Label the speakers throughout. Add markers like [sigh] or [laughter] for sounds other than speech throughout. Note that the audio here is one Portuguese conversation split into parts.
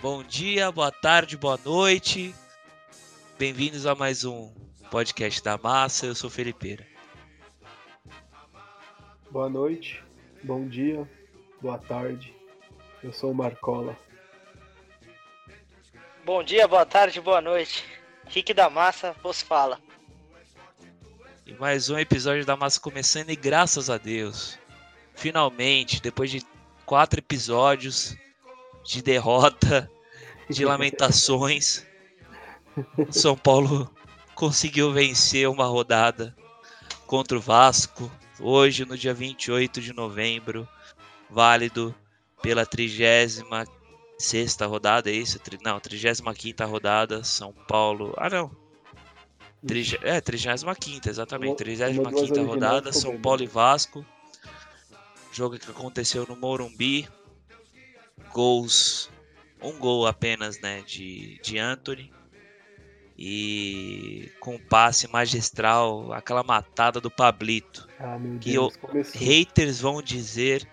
Speaker 1: Bom dia, boa tarde, boa noite. Bem-vindos a mais um podcast da massa. Eu sou Felipeira.
Speaker 2: Boa noite, bom dia, boa tarde. Eu sou o Marcola.
Speaker 3: Bom dia, boa tarde, boa noite. Rick da Massa vos fala.
Speaker 1: E mais um episódio da Massa começando e graças a Deus, finalmente, depois de quatro episódios de derrota, de lamentações, o São Paulo conseguiu vencer uma rodada contra o Vasco hoje, no dia 28 de novembro, válido pela 36 sexta rodada, é isso? Tri- Não, 35 rodada, São Paulo. Ah, não. Trige... É, 35, exatamente.
Speaker 2: Uma- uma duas
Speaker 1: 35
Speaker 2: originais
Speaker 1: rodada,
Speaker 2: ficou
Speaker 1: São
Speaker 2: bem,
Speaker 1: Paulo
Speaker 2: né?
Speaker 1: e Vasco. Jogo que aconteceu no Morumbi. Gols. Um gol apenas, né? De, de Anthony. E com um passe magistral, aquela matada do Pablito
Speaker 2: [laughs] Ah, meu
Speaker 1: Que
Speaker 2: Deus, começou.
Speaker 1: haters vão dizer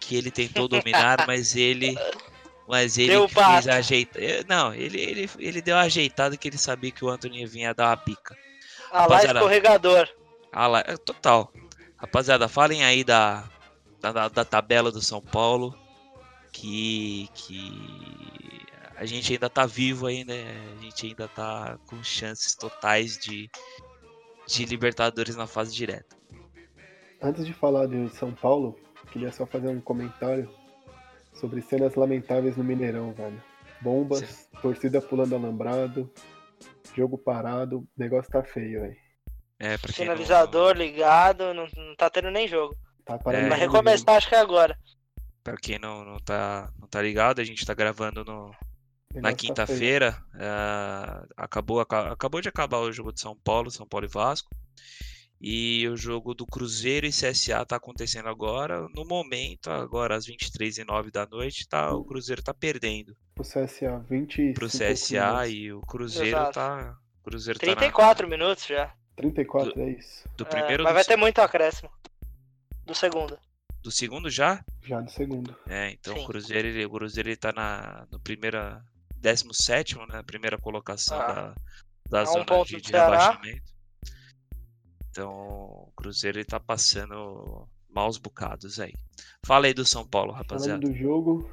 Speaker 1: que ele tentou
Speaker 2: [laughs]
Speaker 1: dominar, mas ele mas ele
Speaker 3: Deu o
Speaker 1: fez
Speaker 3: pato.
Speaker 1: a ajeita... eh, não, ele, ele ele deu a ajeitada que ele sabia que o Anthony vinha dar uma pica.
Speaker 3: Ah lá,
Speaker 1: Rapaziada.
Speaker 3: escorregador.
Speaker 1: Ah lá, é total. Rapaziada, falem aí da da, da- da tabela do São Paulo que que a gente ainda tá vivo ainda, a gente ainda tá com chances totais de de Libertadores na fase direta.
Speaker 2: Antes de falar de São Paulo, queria só fazer um comentário sobre cenas lamentáveis no Mineirão, velho. Bombas, torcida pulando alambrado, jogo parado, o negócio tá feio, velho.
Speaker 1: É, pra quem não-
Speaker 3: Sinalizador ligado, não, não tá tendo nem jogo.
Speaker 2: Tá
Speaker 1: É. Tá
Speaker 2: parando.
Speaker 3: Vai recomeçar, acho que é agora.
Speaker 1: Pra quem não, não, tá, não tá ligado, a gente tá gravando no-
Speaker 2: Tá
Speaker 1: na quinta-feira. ah, acabou, aca- acabou de acabar o jogo de São Paulo, São Paulo e Vasco. E o jogo do Cruzeiro e CSA tá acontecendo agora. No momento, agora às 23h09 da noite, tá, o Cruzeiro tá perdendo
Speaker 2: Pro CSA, 20
Speaker 1: pro CSA e o Cruzeiro
Speaker 3: Exato.
Speaker 1: tá. o Cruzeiro tá na-
Speaker 3: 34 minutos já.
Speaker 2: 34, é isso.
Speaker 1: do
Speaker 3: É,
Speaker 1: primeiro
Speaker 3: mas
Speaker 1: do,
Speaker 3: vai
Speaker 1: se-
Speaker 3: ter muito acréscimo. Do segundo.
Speaker 1: do segundo já?
Speaker 2: Já do segundo.
Speaker 1: É, então o
Speaker 3: Sim.
Speaker 1: Cruzeiro, ele, o Cruzeiro ele tá na no primeira 17 né, primeira colocação
Speaker 3: Ah.
Speaker 1: da, da
Speaker 3: A um
Speaker 1: zona
Speaker 3: ponto
Speaker 1: de,
Speaker 3: do
Speaker 1: de
Speaker 3: Ceará.
Speaker 1: rebaixamento. Então, o Cruzeiro ele tá passando maus bocados aí. Fala aí do São Paulo, rapaziada.
Speaker 2: Tá Falando do jogo,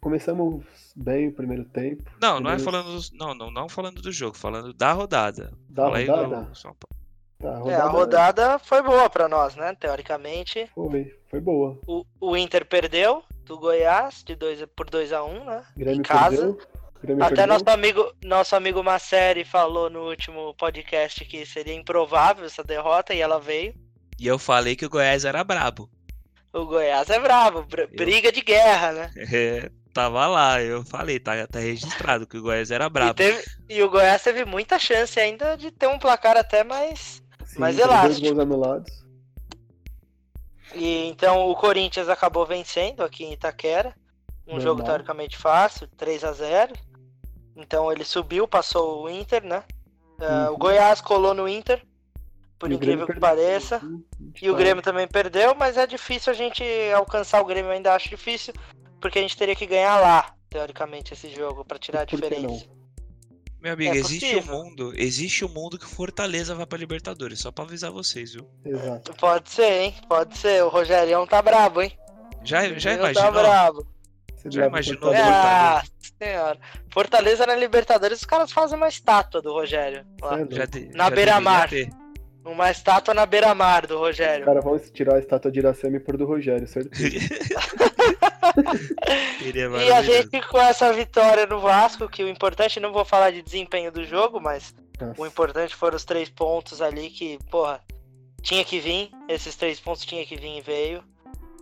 Speaker 2: começamos bem o primeiro tempo.
Speaker 1: Não, não é
Speaker 2: primeiros-
Speaker 1: falando do, não, não, não falando do jogo, falando da rodada.
Speaker 2: Da
Speaker 1: Fala aí do
Speaker 2: rodada?
Speaker 1: São Paulo.
Speaker 2: Tá, a
Speaker 3: é, a rodada foi boa pra nós, né? Teoricamente.
Speaker 2: Foi, foi boa.
Speaker 3: O, o Inter perdeu do Goiás de dois, por 2x1, né?
Speaker 2: Grêmio
Speaker 3: Em casa.
Speaker 2: perdeu. Grêmio
Speaker 3: Até tá-
Speaker 2: perdeu.
Speaker 3: nosso amigo, nosso amigo Masseri falou no último podcast que seria improvável essa derrota e ela veio.
Speaker 1: E eu falei que o Goiás era brabo. [laughs]
Speaker 3: O Goiás é bravo, br- briga de guerra, né?
Speaker 1: É, tava lá, eu falei, tá, tá registrado que o Goiás era
Speaker 3: E,
Speaker 1: brabo.
Speaker 3: teve- e o Goiás teve muita chance ainda de ter um placar até mais.
Speaker 2: Sim,
Speaker 3: Mas
Speaker 2: teve
Speaker 3: elástico.
Speaker 2: Dois gols anulados.
Speaker 3: E então o Corinthians acabou vencendo aqui em Itaquera. Um
Speaker 2: Normal.
Speaker 3: jogo teoricamente fácil, 3 a 0 Então ele subiu, passou o Inter, né? Ah,
Speaker 2: Uhum.
Speaker 3: O Goiás colou no Inter, por
Speaker 2: E o Grêmio
Speaker 3: incrível que
Speaker 2: perdeu.
Speaker 3: pareça. E o
Speaker 2: Tá.
Speaker 3: Grêmio também perdeu, mas é difícil a gente alcançar o Grêmio, eu ainda acho difícil, porque a gente teria que ganhar lá, teoricamente, esse jogo, pra tirar a
Speaker 2: Por que
Speaker 3: diferença.
Speaker 1: Meu amigo,
Speaker 3: É
Speaker 1: existe um
Speaker 3: possível.
Speaker 1: mundo, existe um mundo que o Fortaleza vai pra Libertadores, só pra avisar vocês, viu?
Speaker 2: Exato.
Speaker 3: Pode ser, hein? Pode ser. O Rogerião tá brabo, hein?
Speaker 1: Já, Ah, já
Speaker 3: Ele
Speaker 1: imaginou?
Speaker 3: Tá brabo.
Speaker 2: Você
Speaker 1: Já
Speaker 2: leva o
Speaker 1: imaginou?
Speaker 2: Fortaleza.
Speaker 3: Ah, senhora. Fortaleza na Libertadores, os caras fazem uma estátua do Rogério. lá.
Speaker 2: Sério?
Speaker 1: Já de-
Speaker 3: Na
Speaker 1: já
Speaker 3: beira-mar.
Speaker 1: deveria ter.
Speaker 3: Uma estátua na beira-mar do
Speaker 2: Os
Speaker 3: Rogério.
Speaker 2: caras vão tirar a estátua de Iracema e pôr do Rogério, certeza.
Speaker 1: Seria
Speaker 3: E a
Speaker 1: maravilhoso.
Speaker 3: gente com essa vitória no Vasco, que o importante, não vou falar de desempenho do jogo, mas O importante foram os três pontos ali que, porra, tinha que vir. Esses três pontos tinha que vir e veio.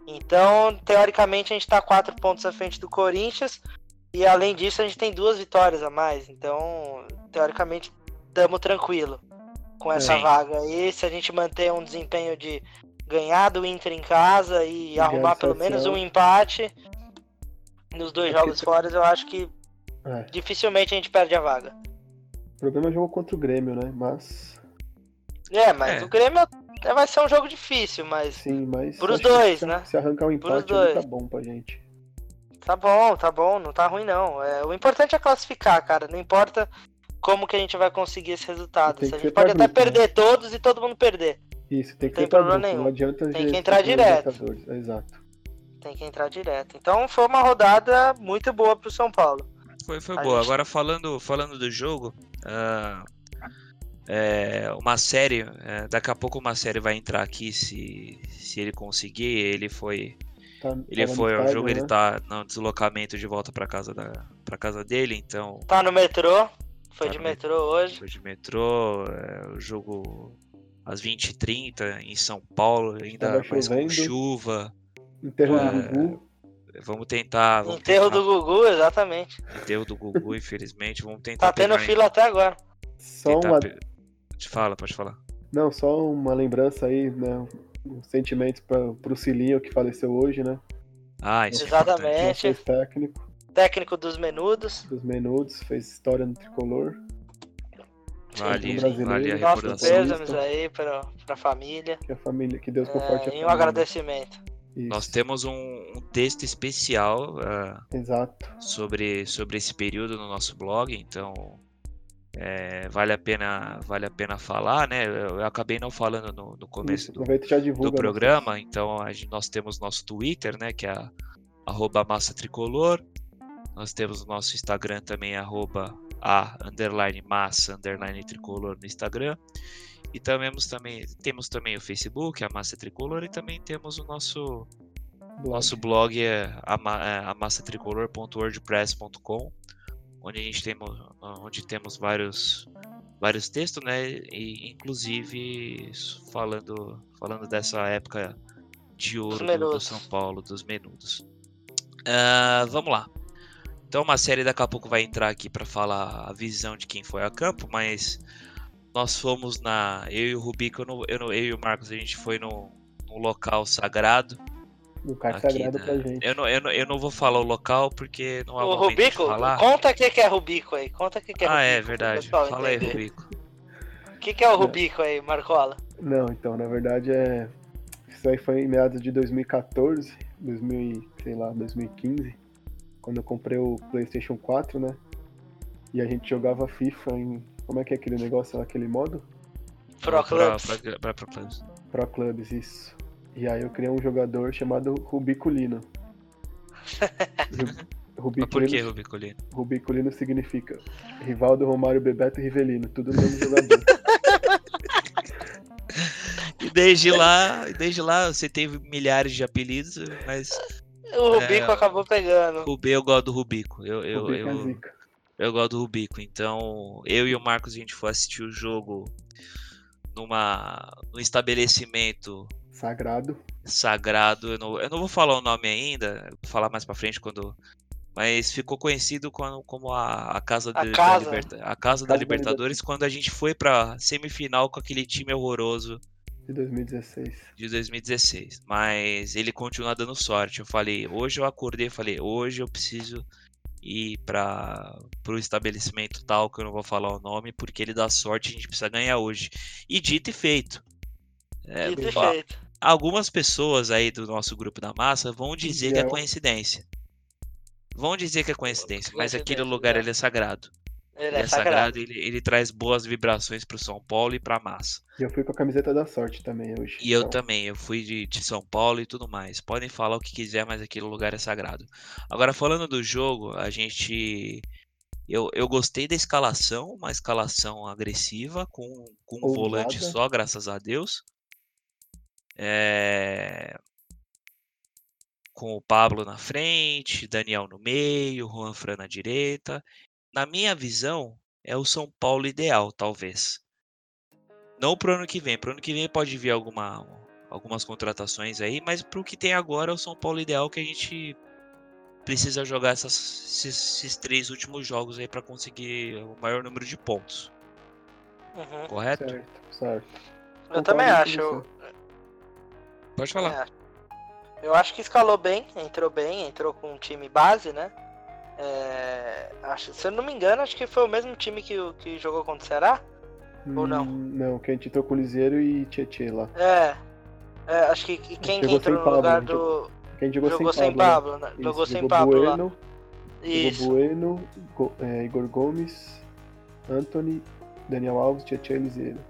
Speaker 3: Então, teoricamente, a gente tá quatro pontos à frente do Corinthians. E além disso, a gente tem duas vitórias a mais. Então, teoricamente, tamo tranquilo com essa
Speaker 1: Sim.
Speaker 3: vaga aí. Se a gente manter um desempenho de ganhar do Inter em casa e
Speaker 2: Ganhar
Speaker 3: arrumar
Speaker 2: do
Speaker 3: pelo
Speaker 2: CSA.
Speaker 3: menos um empate nos dois
Speaker 2: Acho que
Speaker 3: jogos fora, eu acho que
Speaker 2: É,
Speaker 3: dificilmente a gente perde a vaga.
Speaker 2: o problema é o jogo contra o Grêmio, né? Mas.
Speaker 3: É, mas
Speaker 1: É.
Speaker 3: o Grêmio é- vai ser um jogo difícil, mas
Speaker 2: Sim, mas.
Speaker 3: Pros
Speaker 2: acho que
Speaker 3: dois,
Speaker 2: se-
Speaker 3: né?
Speaker 2: Se arrancar um
Speaker 3: Pros
Speaker 2: empate, ele tá
Speaker 3: dois.
Speaker 2: bom pra gente.
Speaker 3: Tá bom, tá bom, não tá ruim não. É, o importante é classificar, cara. Não importa como que a gente vai conseguir esse resultado.
Speaker 2: Tem
Speaker 3: A
Speaker 2: que
Speaker 3: gente
Speaker 2: ser
Speaker 3: pode até
Speaker 2: tablista, né?
Speaker 3: perder todos e todo mundo perder.
Speaker 2: Isso, tem que
Speaker 3: Tem
Speaker 2: ser pra
Speaker 3: problema
Speaker 2: grupo,
Speaker 3: nenhum.
Speaker 2: Não adianta a
Speaker 3: Tem
Speaker 2: gente
Speaker 3: que entrar
Speaker 2: ter
Speaker 3: direto.
Speaker 2: Libertadores, Exato.
Speaker 3: Tem que entrar direto. Então foi uma rodada muito boa pro São Paulo.
Speaker 1: Foi, foi
Speaker 3: A
Speaker 1: boa.
Speaker 3: gente-
Speaker 1: Agora falando, falando do jogo, ah, é, uma série, é, daqui a pouco uma série vai entrar aqui se, se ele conseguir. Ele foi,
Speaker 2: Tá-
Speaker 1: ele
Speaker 2: tava no
Speaker 1: foi ao
Speaker 2: estádio,
Speaker 1: jogo, ele
Speaker 2: né?
Speaker 1: tá no deslocamento de volta pra casa da para casa dele, então
Speaker 3: Tá no metrô. Foi
Speaker 1: Tá
Speaker 3: de
Speaker 1: no
Speaker 3: metrô hoje.
Speaker 1: foi de metrô, é, o jogo às 20h30 em São Paulo, ainda
Speaker 2: Tava
Speaker 1: mais com
Speaker 2: chovendo.
Speaker 1: chuva.
Speaker 2: Enterro
Speaker 1: É.
Speaker 2: do Gugu.
Speaker 1: Vamos tentar, Ah, vamos
Speaker 3: Enterro
Speaker 1: tentar
Speaker 3: do Gugu, exatamente.
Speaker 1: enterro do Gugu, infelizmente,
Speaker 3: [laughs]
Speaker 1: vamos tentar
Speaker 3: Tá tendo
Speaker 1: pegar,
Speaker 3: fila até agora.
Speaker 2: Só um
Speaker 1: tentar
Speaker 2: uma
Speaker 1: pe- Te fala, pode falar.
Speaker 2: Não, só uma lembrança aí, né? Os sentimentos pra, pro Cilinho que faleceu hoje, né?
Speaker 1: Ah, isso é importante.
Speaker 3: Exatamente. É,
Speaker 2: Nosso técnico
Speaker 3: Técnico dos menudos.
Speaker 2: dos menudos, fez história no tricolor.
Speaker 1: Vale,
Speaker 2: Campeão um brasileiro.
Speaker 1: vale a
Speaker 2: Nossa,
Speaker 3: Nossos
Speaker 1: recordação.
Speaker 2: Deus.
Speaker 3: pêsames aí pra, pra família.
Speaker 2: Que a família, que Deus conforte a
Speaker 3: É, e um
Speaker 2: família.
Speaker 3: agradecimento.
Speaker 2: Isso,
Speaker 1: Nós temos um, um texto especial ah,
Speaker 2: Exato.
Speaker 1: sobre, sobre esse período no nosso blog, então é, vale, a pena, vale a pena falar, né? Eu, eu acabei não falando no, no começo
Speaker 2: Isso,
Speaker 1: do,
Speaker 2: aproveita e já divulga.
Speaker 1: do
Speaker 2: né?
Speaker 1: programa, então a gente- nós temos nosso Twitter, né? Que é a- arroba massa tricolor. Nós temos o nosso Instagram também, arroba a underline massa underline tricolor no Instagram. E também temos também, temos também o Facebook, a Massa Tricolor, e também temos o nosso,
Speaker 2: Blog.
Speaker 1: nosso blog, é ama- é amassatricolor.wordpress.com, onde a gente temos, onde temos vários, vários textos, né? E, inclusive isso, falando, falando dessa época de ouro do- do
Speaker 3: menudos.
Speaker 1: São Paulo, dos menudos. Ah, vamos lá. Então, uma série daqui a pouco vai entrar aqui para falar a visão de quem foi a campo, mas nós fomos na. Eu e o Rubico, eu, não- eu, não- eu e o Marcos, a gente foi num, num local sagrado.
Speaker 2: Um cara
Speaker 1: aqui né?
Speaker 2: sagrado
Speaker 1: na-
Speaker 2: pra gente.
Speaker 1: Eu, não, eu, não, eu não vou falar o local porque não há
Speaker 3: O
Speaker 1: momento de
Speaker 3: Rubico?
Speaker 1: falar.
Speaker 3: Conta o que que é Rubico aí. Conta o que que é
Speaker 1: ah,
Speaker 3: Rubico.
Speaker 1: é
Speaker 3: pro
Speaker 1: verdade.
Speaker 3: pessoal
Speaker 1: Fala aí,
Speaker 3: entender. [laughs]
Speaker 1: Rubico.
Speaker 3: O que, que é o Rubico aí, Marcola?
Speaker 2: Não, então, na verdade é. Isso aí foi em meados de 2014, 2000, e, sei lá, 2015, quando eu comprei o PlayStation 4, né? E a gente jogava FIFA em. Como é que é aquele negócio, lá, aquele modo?
Speaker 3: Pro Clubs.
Speaker 1: Pra, pra, pra- pra Clubs.
Speaker 2: Pro Clubs, isso. E aí eu criei um jogador chamado Rubiculino. Ru-
Speaker 1: [laughs] Mas por que,
Speaker 2: Rubiculino,
Speaker 1: Rubico Lino?
Speaker 2: Rubiculino significa Rivaldo, Romário, Bebeto e Rivelino, tudo no mesmo jogador.
Speaker 1: E desde lá, e desde lá você teve milhares de apelidos, mas
Speaker 3: O Rubico
Speaker 1: É.
Speaker 3: acabou pegando.
Speaker 1: o B eu gosto do Rubico. Eu, [laughs] eu,
Speaker 2: Rubico é
Speaker 1: eu-
Speaker 2: zica.
Speaker 1: Eu gosto do Rubico, então eu e o Marcos a gente foi assistir o jogo numa num estabelecimento
Speaker 2: Sagrado.
Speaker 1: sagrado. Eu não, eu não vou falar o nome ainda, eu vou falar mais pra frente quando. Mas ficou conhecido quando- como a, a casa,
Speaker 3: A
Speaker 1: de-
Speaker 3: casa.
Speaker 1: Da, Liberta- a casa da
Speaker 2: Casa da
Speaker 1: Libertadores quando a gente foi pra semifinal com aquele time horroroso
Speaker 2: De 2016.
Speaker 1: de 2016. Mas ele continua dando sorte. Eu falei, hoje eu acordei, eu falei, hoje eu preciso ir para o estabelecimento tal, que eu não vou falar o nome, porque ele dá sorte, a gente precisa ganhar hoje. E dito e feito. É,
Speaker 3: Dito e
Speaker 1: ó,
Speaker 3: feito.
Speaker 1: algumas pessoas aí do nosso grupo da massa vão dizer que é
Speaker 2: Miguel.
Speaker 1: coincidência. Vão dizer que é coincidência, mas aquele
Speaker 3: Coincidência,
Speaker 1: lugar
Speaker 3: né?
Speaker 1: ele é sagrado.
Speaker 3: Ele
Speaker 1: Ele
Speaker 3: é sagrado.
Speaker 1: ele, ele traz boas vibrações pro São Paulo e pra massa.
Speaker 2: E eu fui com a camiseta da sorte também hoje.
Speaker 1: E eu
Speaker 2: Então,
Speaker 1: também, eu fui de, de São Paulo e tudo mais. Podem falar o que quiser, mas aquele lugar é sagrado. Agora, falando do jogo, a gente. Eu, eu gostei da escalação, uma escalação agressiva, com, com um volante
Speaker 2: Ousada.
Speaker 1: só, graças a Deus. É, Com o Pablo na frente, Daniel no meio, Juan Fran na direita. Na minha visão, é o São Paulo ideal, talvez. Não pro ano que vem. Pro ano que vem pode vir alguma, algumas contratações aí, mas pro que tem agora é o São Paulo ideal que a gente precisa jogar essas- esses, esses três últimos jogos aí para conseguir o maior número de pontos,
Speaker 3: Uhum.
Speaker 1: correto?
Speaker 2: Certo, certo.
Speaker 3: Eu
Speaker 2: Concordo
Speaker 3: também
Speaker 2: com
Speaker 3: acho.
Speaker 2: você.
Speaker 3: Eu,
Speaker 1: Pode falar.
Speaker 3: é. Eu acho que escalou bem, entrou bem, entrou com um time base, né? É, acho, se eu não me engano, acho que foi o mesmo time que, o- que jogou contra o Ceará. Ou não?
Speaker 2: Hum, Não, que a gente entrou com o Liseiro e Tietê lá.
Speaker 3: É. É, acho que que- quem que
Speaker 2: Chegou
Speaker 3: entrou
Speaker 2: sem
Speaker 3: no lugar
Speaker 2: Pablo,
Speaker 3: do.
Speaker 2: A Quem jogou,
Speaker 3: Jogou
Speaker 2: sem
Speaker 3: sem
Speaker 2: Pablo.
Speaker 3: Pablo, né?
Speaker 2: né?
Speaker 3: Jogou
Speaker 2: Isso,
Speaker 3: sem Pablo lá.
Speaker 2: Bueno,
Speaker 3: Isso.
Speaker 2: Jogou Bueno, Go- é, Igor Gomes, Anthony, Daniel Alves, Tietchan e Liseiro.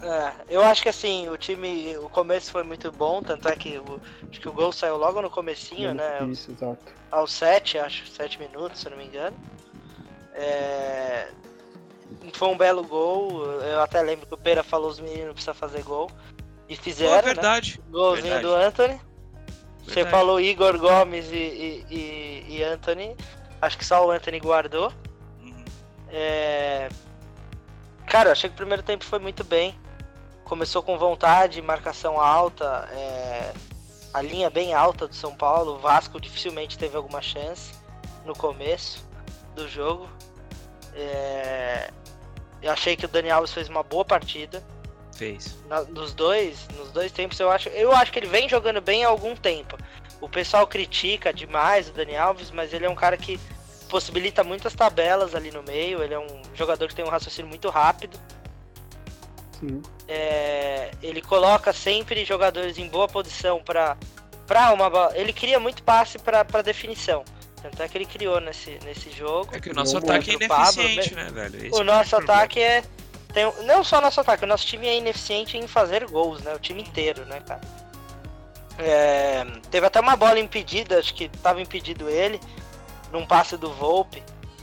Speaker 3: É, eu acho que assim, o time, o começo foi muito bom, tanto é que o, acho que o gol saiu logo no comecinho, né?
Speaker 2: Isso, exato.
Speaker 3: Aos 7, acho, 7 minutos, se eu não me engano. É, Foi um belo gol. Eu até lembro que o Pera falou os meninos não precisa fazer gol. E
Speaker 1: Pô,
Speaker 3: fizeram,
Speaker 1: é
Speaker 3: né?
Speaker 1: verdade.
Speaker 3: Golzinho
Speaker 1: Verdade.
Speaker 3: do Anthony. Você
Speaker 1: Verdade.
Speaker 3: falou Igor Gomes e, e, e- e Anthony. Acho que só o Anthony guardou.
Speaker 1: Uhum.
Speaker 3: É, Cara, eu achei que o primeiro tempo foi muito bem. Começou com vontade, marcação alta, é, a linha bem alta do São Paulo. O Vasco dificilmente teve alguma chance no começo do jogo. É, Eu achei que o Dani Alves fez uma boa partida.
Speaker 1: Fez.
Speaker 3: Na- nos dois, nos dois tempos, eu acho, eu acho que ele vem jogando bem há algum tempo. O pessoal critica demais o Dani Alves, mas ele é um cara que possibilita muitas tabelas ali no meio. Ele é um jogador que tem um raciocínio muito rápido.
Speaker 2: Sim.
Speaker 3: É, ele coloca sempre jogadores em boa posição para para uma bola. Ele cria muito passe para definição. Tanto é que ele criou nesse, nesse jogo.
Speaker 1: É que o nosso
Speaker 2: Não
Speaker 1: ataque é
Speaker 3: contra o Pablo,
Speaker 1: ineficiente, né, velho? Esse
Speaker 3: O
Speaker 1: que
Speaker 3: nosso
Speaker 1: é problema.
Speaker 3: ataque é. Tem, um- não só nosso ataque, o nosso time é ineficiente em fazer gols, né? O time inteiro, né, cara? É, teve até uma bola impedida, acho que tava impedido ele, num passe do Volpe,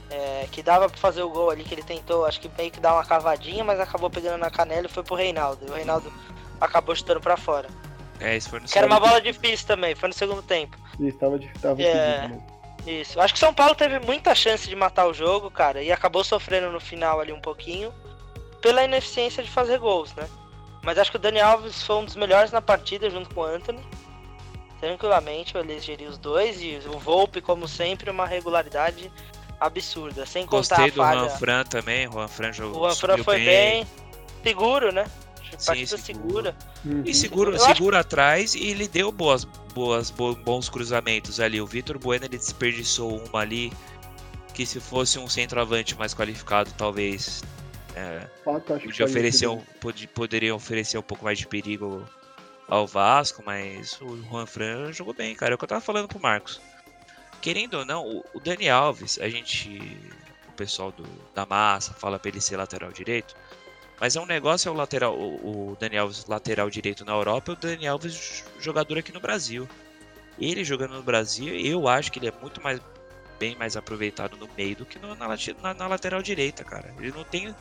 Speaker 3: é, que dava pra fazer o gol ali, que ele tentou, acho que meio que dar uma cavadinha, mas acabou pegando na canela e foi pro Reinaldo. E o Reinaldo acabou chutando pra fora.
Speaker 1: É, isso foi no
Speaker 3: Que era
Speaker 1: segundo
Speaker 3: uma bola difícil também, foi no segundo tempo.
Speaker 2: E estava de tava
Speaker 3: É.
Speaker 2: pedido mesmo.
Speaker 3: Isso. Acho que São Paulo teve muita chance de matar o jogo, cara, e acabou sofrendo no final ali um pouquinho pela ineficiência de fazer gols, né? Mas acho que o Dani Alves foi um dos melhores na partida junto com o Anthony. Tranquilamente, eu elegeria os dois e o Volpe, como sempre, uma regularidade absurda, sem contar
Speaker 1: Gostei
Speaker 3: a
Speaker 1: do
Speaker 3: falha.
Speaker 1: Juan Fran também. Juan Fran jogou.
Speaker 3: o Anfran
Speaker 1: subiu
Speaker 3: foi bem. seguro, né?
Speaker 1: Sim,
Speaker 3: Partida
Speaker 1: seguro.
Speaker 3: segura.
Speaker 2: Uhum.
Speaker 1: E segura,
Speaker 3: Eu acho-
Speaker 1: segura atrás e ele deu boas, boas, bo- bons cruzamentos ali. O Vitor Bueno ele desperdiçou uma ali. Que se fosse um centroavante mais qualificado, talvez é,
Speaker 2: Fato, acho
Speaker 1: podia
Speaker 2: que foi
Speaker 1: oferecer
Speaker 2: isso,
Speaker 1: um, pod- poderia oferecer um pouco mais de perigo ao Vasco, mas o Juan Fran jogou bem, cara. É o que eu tava falando pro Marcos. Querendo ou não, o- o Dani Alves, a gente. O pessoal do- da massa fala pra ele ser lateral direito. Mas é um negócio é o lateral, o, o Dani Alves lateral direito na Europa e o Dani Alves j- jogador aqui no Brasil. Ele jogando no Brasil, eu acho que ele é muito mais bem mais aproveitado no meio do que no- na, lati- na- na lateral direita, cara. Ele não tem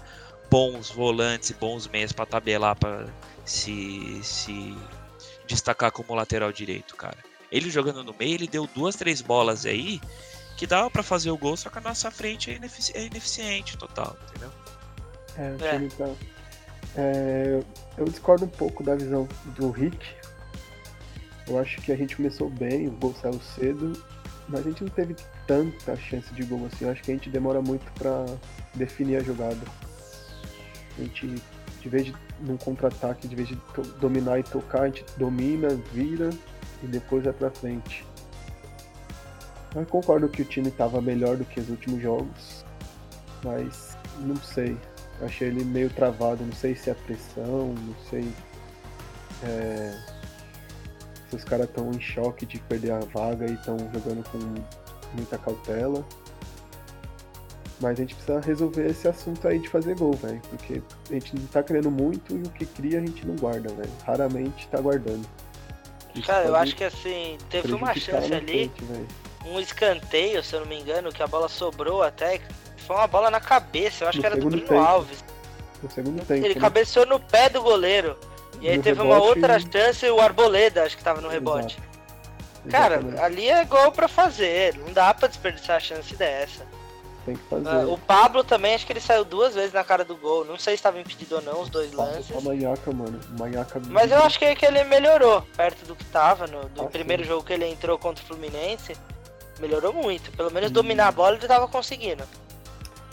Speaker 1: bons volantes e bons meias pra tabelar pra se, se destacar como lateral direito, cara. Ele jogando no meio, ele deu duas, três bolas aí que dava pra fazer o gol, só que a nossa frente é, inefici- é ineficiente total, entendeu?
Speaker 2: É, o
Speaker 3: É.
Speaker 2: time tá- É, eu discordo um pouco da visão do Rick. Eu acho que a gente começou bem, o gol saiu cedo, mas a gente não teve tanta chance de gol assim. Eu acho que a gente demora muito pra definir a jogada. A gente, de vez de num contra-ataque, de vez de to- dominar e tocar, a gente domina, vira e depois vai pra frente. Eu concordo que o time tava melhor do que os últimos jogos, mas não sei. Eu achei ele meio travado, não sei se é pressão, não sei é, se os caras estão em choque de perder a vaga e estão jogando com muita cautela. Mas a gente precisa resolver esse assunto aí de fazer gol, velho. Porque a gente não tá querendo muito e o que cria a gente não guarda, velho. Raramente tá guardando. Isso
Speaker 3: Cara, eu
Speaker 2: pode
Speaker 3: acho que assim, teve uma
Speaker 2: prejudicar
Speaker 3: chance
Speaker 2: na
Speaker 3: ali.
Speaker 2: frente, velho.
Speaker 3: um escanteio, se eu não me engano, que a bola sobrou até. Foi uma bola na cabeça, eu acho
Speaker 2: No
Speaker 3: que era do
Speaker 2: segundo
Speaker 3: Bruno
Speaker 2: tempo,
Speaker 3: Alves.
Speaker 2: No segundo tempo.
Speaker 3: Ele
Speaker 2: né?
Speaker 3: cabeceou no pé do goleiro. E aí
Speaker 2: No
Speaker 3: teve uma
Speaker 2: rebote,
Speaker 3: outra chance e o Arboleda, acho que tava no
Speaker 2: Exato,
Speaker 3: rebote. Cara,
Speaker 2: exatamente.
Speaker 3: ali é gol pra fazer, não dá pra desperdiçar a chance dessa.
Speaker 2: tem que fazer.
Speaker 3: Ah, O Pablo também, acho que ele saiu duas vezes na cara do gol, não sei se tava impedido ou não os dois lances.
Speaker 2: Passa pra Manhaca, mano. Manhaca.
Speaker 3: Mas eu acho que, que ele melhorou perto do que tava no do
Speaker 2: Ah, sim.
Speaker 3: primeiro jogo que ele entrou contra o Fluminense. Melhorou muito, pelo menos
Speaker 2: Hum.
Speaker 3: dominar a bola ele tava conseguindo.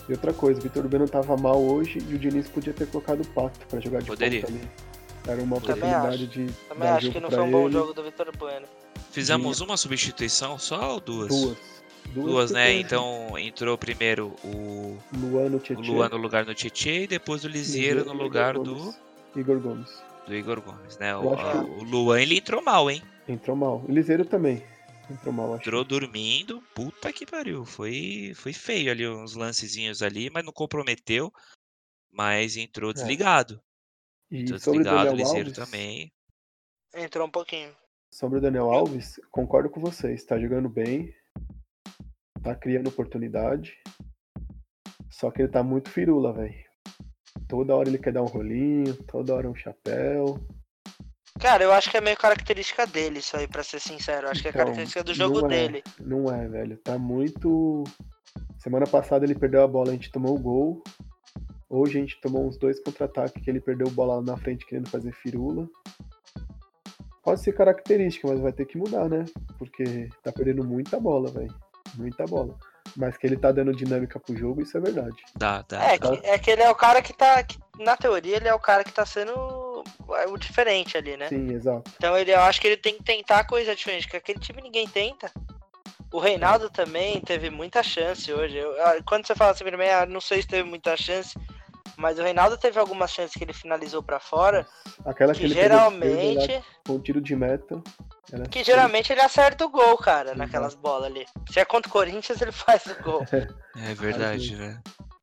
Speaker 2: E outra coisa, o Vitor Bueno tava mal hoje e o Diniz podia ter colocado o Pato pra jogar de
Speaker 1: Poderia.
Speaker 2: ponta ali. Era uma
Speaker 1: Também
Speaker 2: oportunidade
Speaker 3: acho.
Speaker 2: de
Speaker 3: Também
Speaker 2: dar
Speaker 3: acho
Speaker 2: jogo
Speaker 3: que não
Speaker 2: pra
Speaker 3: foi um bom
Speaker 2: ele.
Speaker 3: jogo do Vitor Bueno.
Speaker 1: Fizemos uma substituição só ou duas?
Speaker 2: Duas.
Speaker 1: Duas, né?
Speaker 2: porque
Speaker 1: Então entrou primeiro o,
Speaker 2: Luano,
Speaker 1: o
Speaker 2: Tietchan,
Speaker 1: Luan no lugar do Tietchan e depois o Lisieiro no
Speaker 2: Igor
Speaker 1: lugar do,
Speaker 2: Gomes. Igor Gomes.
Speaker 1: do Igor Gomes, né?
Speaker 2: Eu
Speaker 1: O,
Speaker 2: acho
Speaker 1: a- o Luan ele entrou mal, hein?
Speaker 2: Entrou mal. O Liseiro também. Entrou mal, acho.
Speaker 1: Entrou dormindo, puta que pariu. Foi, foi feio ali, uns lancezinhos ali, mas não comprometeu. Mas entrou desligado.
Speaker 2: É. E
Speaker 1: Entrou
Speaker 2: sobre o
Speaker 1: desligado,
Speaker 2: Daniel
Speaker 1: liseiro
Speaker 2: Alves,
Speaker 1: também.
Speaker 3: Entrou um pouquinho.
Speaker 2: sobre o Daniel Alves, concordo com vocês. Tá jogando bem, tá criando oportunidade. Só que ele tá muito firula, velho. Toda hora ele quer dar um rolinho, toda hora um chapéu.
Speaker 3: Cara, eu acho que é meio característica dele isso aí, pra ser sincero. Eu acho que é
Speaker 2: Então,
Speaker 3: característica do jogo
Speaker 2: não é.
Speaker 3: dele.
Speaker 2: Não é, velho. Tá muito. Semana passada ele perdeu a bola, a gente tomou o gol. Hoje a gente tomou uns dois contra-ataques que ele perdeu bola lá na frente querendo fazer firula. Pode ser característica, mas vai ter que mudar, né? Porque tá perdendo muita bola, velho. Muita bola. Mas que ele tá dando dinâmica pro jogo, isso é verdade.
Speaker 1: Dá, dá.
Speaker 2: Tá.
Speaker 3: É, que, é que ele é o cara que tá. que, na teoria, ele é o cara que tá sendo é, o diferente ali, né?
Speaker 2: Sim, exato.
Speaker 3: Então ele, eu acho que ele tem que tentar coisa diferente, porque aquele time ninguém tenta. O Reinaldo também teve muita chance hoje. Eu- ah, quando você fala assim, primeiro, ah, não sei se teve muita chance, mas o Reinaldo teve algumas chances que ele finalizou pra fora,
Speaker 2: Aquela que,
Speaker 3: que
Speaker 2: ele perdeu de
Speaker 3: geralmente.
Speaker 2: esquerda lá, com um tiro de meta. era
Speaker 3: Que
Speaker 2: assim.
Speaker 3: geralmente ele acerta o gol, cara,
Speaker 2: Uhum.
Speaker 3: naquelas bolas ali. Se é contra o Corinthians, ele [laughs] faz o gol,
Speaker 1: É verdade, velho.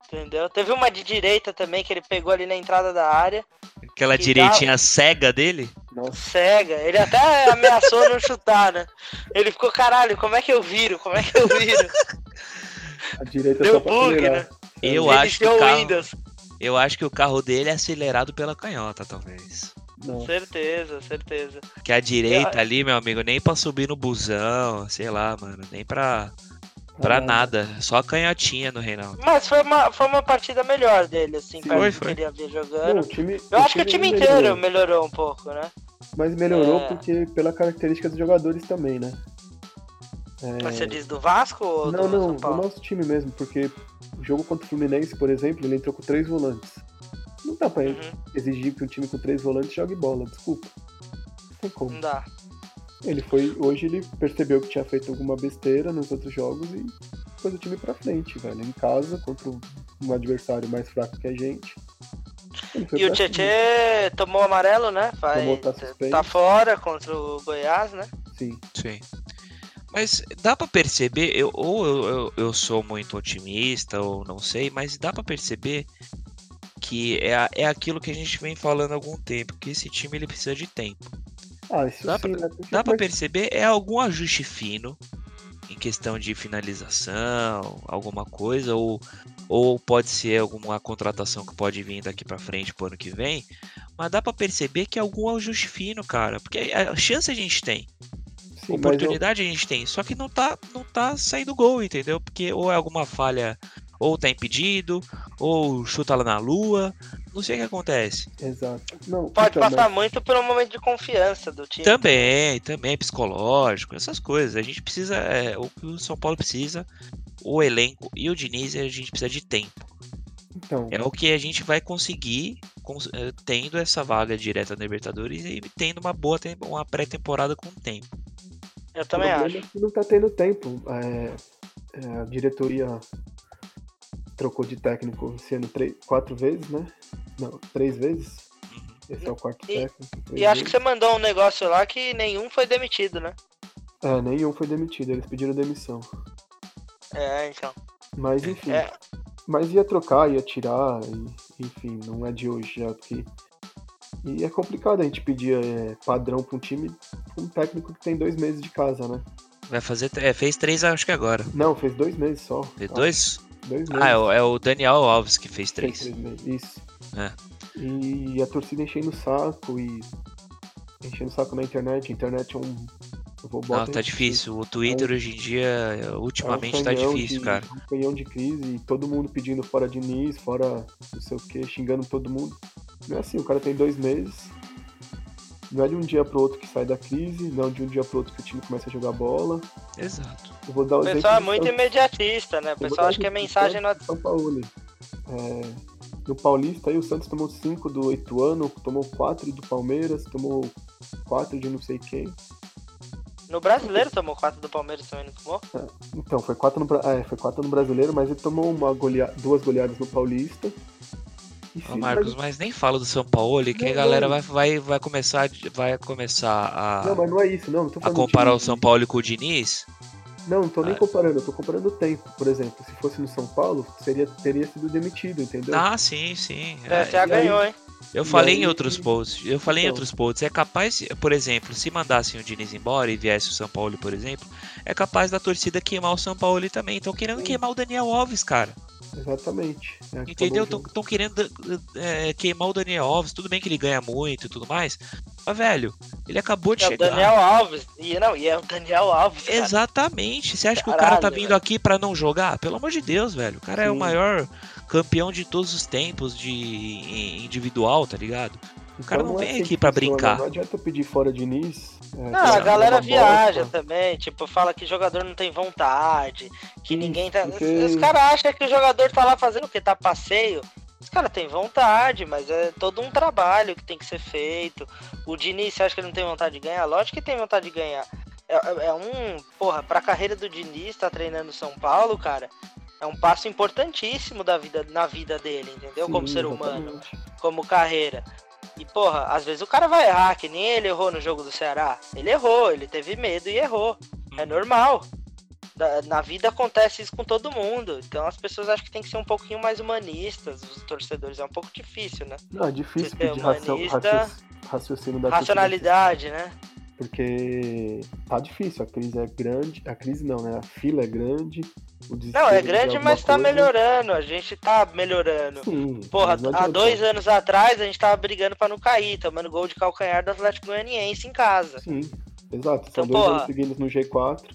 Speaker 3: entendeu? Teve uma de direita também que ele pegou ali na entrada da área,
Speaker 1: Aquela
Speaker 3: Que
Speaker 1: direitinha cega dele.
Speaker 2: Nossa,
Speaker 3: cega. Ele até ameaçou não chutar, né? Ele ficou, caralho, como é que eu viro? Como é que eu viro?
Speaker 2: a direita
Speaker 3: Deu
Speaker 2: só pra
Speaker 3: bug,
Speaker 2: acelerar.
Speaker 1: [laughs] Eu
Speaker 3: Ele
Speaker 1: acho que
Speaker 3: deu
Speaker 1: o
Speaker 3: o
Speaker 1: carro,
Speaker 3: Windows.
Speaker 1: eu acho que o carro dele é acelerado pela canhota, talvez.
Speaker 3: né?
Speaker 2: Nossa.
Speaker 3: Certeza, certeza.
Speaker 1: Que a direita
Speaker 3: Eu-
Speaker 1: ali, meu amigo, nem pra subir no busão, sei lá, mano, nem pra para
Speaker 2: Caralho.
Speaker 1: nada, só a canhotinha no Reinaldo.
Speaker 3: Mas foi uma, foi uma partida melhor dele, assim,
Speaker 2: Sim.
Speaker 3: perto
Speaker 1: Foi,
Speaker 3: do que
Speaker 1: foi.
Speaker 3: ele havia
Speaker 2: Não,
Speaker 3: jogando.
Speaker 2: o time,
Speaker 3: Eu acho que o time
Speaker 2: melhorou.
Speaker 3: inteiro melhorou um pouco, né?
Speaker 2: Mas melhorou
Speaker 3: É.
Speaker 2: porque pela característica dos jogadores também, né? É,
Speaker 3: Mas você diz do Vasco ou
Speaker 2: Não,
Speaker 3: do
Speaker 2: não,
Speaker 3: São
Speaker 2: do
Speaker 3: Paulo?
Speaker 2: nosso time mesmo, porque o jogo contra o Fluminense, por exemplo, ele entrou com três volantes. Não dá pra
Speaker 3: Uhum,
Speaker 2: exigir que um time com três volantes jogue bola, desculpa. Não tem como.
Speaker 3: não dá.
Speaker 2: Ele foi. Hoje ele percebeu que tinha feito alguma besteira nos outros jogos e pôs o time pra frente, velho. Em casa, contra um adversário mais fraco que a gente. Ele foi
Speaker 3: E o
Speaker 2: pra cima.
Speaker 3: Tietê tomou amarelo, né? Vai,
Speaker 2: Tomou, tá
Speaker 3: tá-
Speaker 2: suspenso.
Speaker 3: tá fora contra o Goiás, né?
Speaker 2: Sim.
Speaker 1: Sim. Mas dá pra perceber, eu, ou eu, eu, eu sou muito otimista, ou não sei, mas dá pra perceber que é, a- é aquilo que a gente vem falando há algum tempo, que esse time ele precisa de tempo.
Speaker 2: Ah, isso
Speaker 1: Dá
Speaker 2: sim,
Speaker 1: pra-
Speaker 2: né? Porque
Speaker 1: dá pra
Speaker 2: mas-
Speaker 1: perceber é algum ajuste fino em questão de finalização, alguma coisa, ou, ou pode ser alguma contratação que pode vir daqui pra frente pro ano que vem, mas dá pra perceber que é algum ajuste fino, cara, porque a chance a gente tem,
Speaker 2: sim, mas eu-
Speaker 1: oportunidade a gente tem, só que não tá, não tá saindo gol, entendeu? Porque ou é alguma falha, ou tá impedido, ou chuta lá na lua, não sei o que acontece.
Speaker 2: Exato. Não,
Speaker 3: Pode
Speaker 2: então, mas-
Speaker 3: passar muito por um momento de confiança do time.
Speaker 1: Também, também, psicológico, essas coisas. A gente precisa, é, o que o São Paulo precisa, o elenco e o Diniz, a gente precisa de tempo.
Speaker 2: Então,
Speaker 1: É o que a gente vai conseguir cons- eh, tendo essa vaga direta na Libertadores e tendo uma boa tem- uma pré-temporada com tempo.
Speaker 3: Eu
Speaker 2: o
Speaker 3: também acho.
Speaker 2: problema é que não tá tendo tempo. É, é, a diretoria trocou de técnico esse ano três, quatro vezes, né? Não, três vezes. Esse é o quarto
Speaker 3: Uhum. E-
Speaker 2: técnico.
Speaker 3: E acho que você mandou um negócio lá que nenhum foi demitido, né?
Speaker 2: você... É, nenhum foi demitido, eles pediram demissão.
Speaker 3: É, então.
Speaker 2: Mas enfim.
Speaker 3: É.
Speaker 2: Mas ia trocar, ia tirar, e- enfim, não é de hoje já, porque. E é complicado a gente pedir é, padrão pra um time, pra um técnico que tem dois meses de casa, né?
Speaker 1: Vai fazer, é, fez três, acho que agora.
Speaker 2: Não, fez dois meses só.
Speaker 1: Fez
Speaker 2: Ah,
Speaker 1: dois?
Speaker 2: Dois meses.
Speaker 1: Ah, é o, é o Daniel Alves que fez
Speaker 2: Três,
Speaker 1: três.
Speaker 2: meses, né, Isso.
Speaker 1: É.
Speaker 2: E a torcida enchendo o saco e. Enchendo o saco na internet. A internet é um. Eu vou
Speaker 1: Não,
Speaker 2: botar
Speaker 1: tá
Speaker 2: esse-
Speaker 1: difícil. O Twitter hoje em dia,
Speaker 2: é um
Speaker 1: ultimamente, tá
Speaker 2: canhão
Speaker 1: difícil,
Speaker 2: de-
Speaker 1: cara.
Speaker 2: Um canhão de crise e todo mundo pedindo fora de Nis, fora não sei o que, xingando todo mundo. Não é assim, o cara tem dois meses. Não é de um dia pro outro que sai da crise, não é de um dia pro outro que o time começa a jogar bola.
Speaker 1: Exato.
Speaker 2: Eu vou dar o
Speaker 3: O
Speaker 2: exemplo
Speaker 3: pessoal é
Speaker 2: do
Speaker 3: muito
Speaker 2: São-
Speaker 3: imediatista, né? O
Speaker 2: vou
Speaker 3: pessoal
Speaker 2: dar um
Speaker 3: acha que é
Speaker 2: exemplo do
Speaker 3: mensagem no
Speaker 2: São Paulo. né? É, no Paulista aí o Santos tomou 5 do Ituano, tomou 4 do Palmeiras, tomou 4 de não sei quem.
Speaker 3: No brasileiro tomou 4 do Palmeiras também, não tomou?
Speaker 2: Então, foi 4 no, Bra- é, foi quatro no brasileiro, mas ele tomou uma golea- duas goleadas no Paulista.
Speaker 1: Ô, Marcos, mas nem fala do São Paulo, que
Speaker 2: Não,
Speaker 1: a galera
Speaker 2: não.
Speaker 1: vai, vai, vai começar, vai começar a,
Speaker 2: Não, mas não é isso, não. não tô
Speaker 1: a
Speaker 2: falando
Speaker 1: comparar
Speaker 2: de-
Speaker 1: o São Paulo com o Diniz.
Speaker 2: Não, não tô nem
Speaker 1: Ah.
Speaker 2: comparando, eu tô comparando o tempo. Por exemplo, se fosse no São Paulo, seria, teria sido demitido, entendeu?
Speaker 1: Ah, sim, sim.
Speaker 3: O
Speaker 1: É,
Speaker 3: PSA ganhou, hein?
Speaker 1: eu
Speaker 2: e
Speaker 1: falei em
Speaker 2: aí-
Speaker 1: outros posts. Eu falei em
Speaker 2: Então.
Speaker 1: outros posts. É capaz, por exemplo, se mandassem o Diniz embora e viesse o São Paulo, por exemplo, é capaz da torcida queimar o São Paulo também. Estão querendo
Speaker 2: Sim.
Speaker 1: queimar o Daniel Alves, cara.
Speaker 2: Exatamente. É, acabou
Speaker 1: Entendeu? Então
Speaker 2: o jogo.
Speaker 1: Estão querendo é, queimar o Daniel Alves. Tudo bem que ele ganha muito e tudo mais. Mas, velho, ele acabou de
Speaker 3: É o
Speaker 1: chegar.
Speaker 3: Daniel Alves. E, não, e é o Daniel Alves. cara.
Speaker 1: Exatamente. Você acha que o
Speaker 3: Caralho,
Speaker 1: cara tá vindo
Speaker 3: velho.
Speaker 1: aqui pra não jogar? Pelo amor de Deus, velho. O cara é o
Speaker 2: Sim.
Speaker 1: maior campeão de todos os tempos de em- individual, tá ligado? O cara
Speaker 2: Então
Speaker 1: não
Speaker 2: é
Speaker 1: vem
Speaker 2: assim
Speaker 1: aqui
Speaker 2: que
Speaker 1: pra
Speaker 2: funciona,
Speaker 1: brincar.
Speaker 2: Não adianta eu pedir fora de Nis. É,
Speaker 3: Não,
Speaker 1: Isso
Speaker 3: a
Speaker 1: é
Speaker 3: galera
Speaker 2: uma
Speaker 3: viaja
Speaker 2: bosta.
Speaker 3: também, tipo, fala que jogador não tem vontade, que
Speaker 2: Isso,
Speaker 3: ninguém tá.
Speaker 2: porque-
Speaker 3: Os, os caras acham que o jogador tá lá fazendo o que? Tá passeio. Os caras têm vontade, mas é todo um trabalho que tem que ser feito. O Diniz, você acha que ele não tem vontade de ganhar? Lógico que tem vontade de ganhar. É, é- é um. Porra, pra carreira do Diniz, tá treinando o São Paulo, cara. É um passo importantíssimo da vida, na vida dele, entendeu? Como
Speaker 2: Sim,
Speaker 3: ser humano,
Speaker 2: exatamente.
Speaker 3: como carreira. E, porra, às vezes o cara vai errar, que nem ele errou no jogo do Ceará. Ele errou, ele teve medo e errou. É normal. Da- Na vida acontece isso com todo mundo. Então as pessoas acham que tem que ser um pouquinho mais humanistas, os torcedores. É um pouco difícil, né?
Speaker 2: Não, é difícil
Speaker 3: Você é
Speaker 2: pedir racio-
Speaker 3: humanista,
Speaker 2: racio- raciocínio da
Speaker 3: Racionalidade, né?
Speaker 2: torcida, Porque tá difícil, a crise é grande. A crise não, né? A fila é grande. o
Speaker 3: Não,
Speaker 2: desespero
Speaker 3: é
Speaker 2: de
Speaker 3: grande,
Speaker 2: alguma
Speaker 3: mas tá
Speaker 2: coisa.
Speaker 3: melhorando. A gente tá melhorando.
Speaker 2: Sim,
Speaker 3: Porra,
Speaker 2: mas não
Speaker 3: há
Speaker 2: adianta.
Speaker 3: dois anos atrás a gente tava brigando pra não cair, tomando gol de calcanhar do Atlético Goianiense em casa.
Speaker 2: Sim, exato. São
Speaker 3: Então,
Speaker 2: dois
Speaker 3: porra.
Speaker 2: anos seguidos no G4.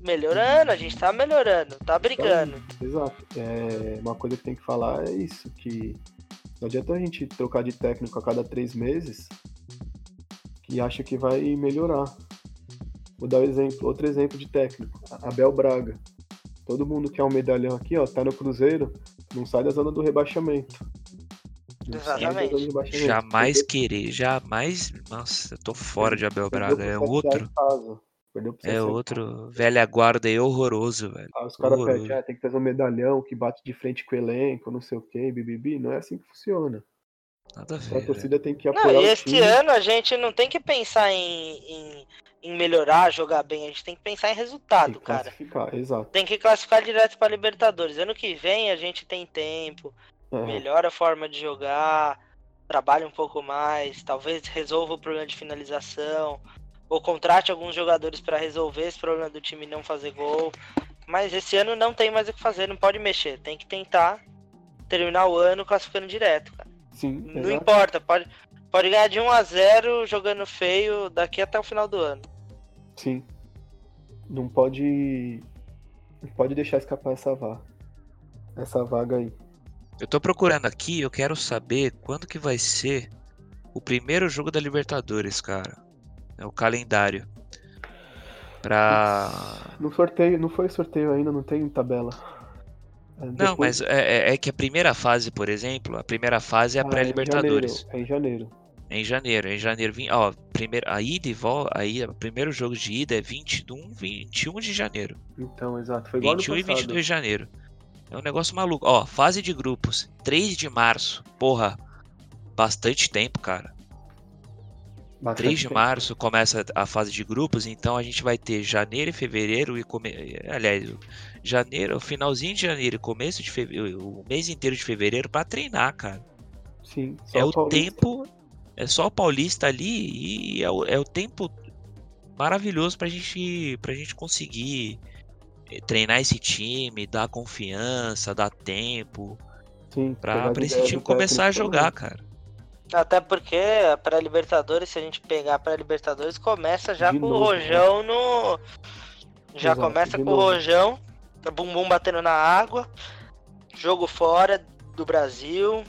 Speaker 3: Melhorando, a gente tá melhorando,
Speaker 2: Então,
Speaker 3: tá brigando.
Speaker 2: Exato. É, uma coisa que tem que falar é isso, que não adianta a gente trocar de técnico a cada três meses que acha que vai melhorar. Vou dar um exemplo, outro exemplo de técnico, Abel Braga. Todo mundo que é um medalhão aqui, ó, tá no Cruzeiro, não sai da zona do rebaixamento. Não sai da zona do
Speaker 3: Exatamente.
Speaker 2: rebaixamento.
Speaker 1: Jamais querer, jamais. Nossa, eu tô fora de Abel
Speaker 2: Perdeu
Speaker 1: Braga.
Speaker 2: pro
Speaker 1: É
Speaker 2: CSA em
Speaker 1: outro.
Speaker 2: casa, Perdeu pro
Speaker 1: É
Speaker 2: CSA em
Speaker 1: outro velha guarda aí horroroso, velho.
Speaker 2: Ah, os caras
Speaker 1: Horroroso.
Speaker 2: pedem, ah, tem que trazer um medalhão que bate de frente com o elenco, não sei o que, bibibi. Não é assim que funciona.
Speaker 1: Nada a
Speaker 2: Então a
Speaker 1: ver. velho.
Speaker 2: torcida tem que apoiar
Speaker 3: É. Não, e
Speaker 2: o
Speaker 3: este
Speaker 2: time.
Speaker 3: ano a gente não tem que pensar em, em, em melhorar, jogar bem, a gente tem que pensar em
Speaker 2: tem
Speaker 3: resultado,
Speaker 2: que
Speaker 3: cara.
Speaker 2: classificar, exato.
Speaker 3: Tem que classificar direto pra Libertadores. Ano que vem a gente tem tempo,
Speaker 2: É,
Speaker 3: melhora a forma de jogar, trabalha um pouco mais, talvez resolva o problema de finalização, ou contrate alguns jogadores pra resolver esse problema do time não fazer gol. Mas esse ano não tem mais o que fazer, não pode mexer, tem que tentar terminar o ano classificando direto, cara.
Speaker 2: sim,
Speaker 3: Não
Speaker 2: exato.
Speaker 3: importa, pode, pode ganhar de 1 a 0 jogando feio daqui até o final do ano.
Speaker 2: sim. Não pode. Não pode deixar escapar essa vaga. Essa vaga aí.
Speaker 1: Eu tô procurando aqui, eu quero saber quando que vai ser o primeiro jogo da Libertadores, cara. É o calendário. Pra.
Speaker 2: No sorteio, não foi sorteio ainda, não tem tabela. É,
Speaker 1: Não, mas
Speaker 2: depois-
Speaker 1: é, é- é que a primeira fase, por exemplo, a primeira fase é a
Speaker 2: Ah,
Speaker 1: pré-Libertadores.
Speaker 2: É em janeiro. é
Speaker 1: Em
Speaker 2: em janeiro.
Speaker 1: janeiro, em janeiro, vin- ó, primeiro, a ida e volta, aí o primeiro jogo de ida é 21, 21 de janeiro.
Speaker 2: Então, exato. Foi igual
Speaker 1: 21
Speaker 2: no
Speaker 1: e
Speaker 2: passado.
Speaker 1: 22 de janeiro. É um negócio maluco. Ó, fase de grupos, 3 de março. Porra, bastante tempo, cara.
Speaker 2: Bastante
Speaker 1: 3 de
Speaker 2: tempo.
Speaker 1: março começa a fase de grupos, então a gente vai ter janeiro e fevereiro e come... aliás, o janeiro, o finalzinho de janeiro e começo de fevereiro, o mês inteiro de fevereiro pra treinar, cara.
Speaker 2: Sim, só
Speaker 1: É o
Speaker 2: Paulista.
Speaker 1: tempo, é só o paulista ali e é o, é o tempo maravilhoso pra gente pra gente conseguir eh, treinar esse time, dar confiança, dar tempo
Speaker 2: Sim,
Speaker 1: pra
Speaker 2: pegar
Speaker 1: pra
Speaker 2: de
Speaker 1: esse
Speaker 2: ideia
Speaker 1: time
Speaker 2: do
Speaker 1: começar a
Speaker 2: técnico
Speaker 1: jogar, cara.
Speaker 3: Até porque a pré-Libertadores, se a gente pegar a pré-Libertadores, começa já
Speaker 2: De
Speaker 3: com o
Speaker 2: novo, né?
Speaker 3: Rojão no. Já
Speaker 2: Exato,
Speaker 3: começa
Speaker 2: de
Speaker 3: com
Speaker 2: novo.
Speaker 3: o Rojão, tá bumbum batendo na água, jogo fora do Brasil.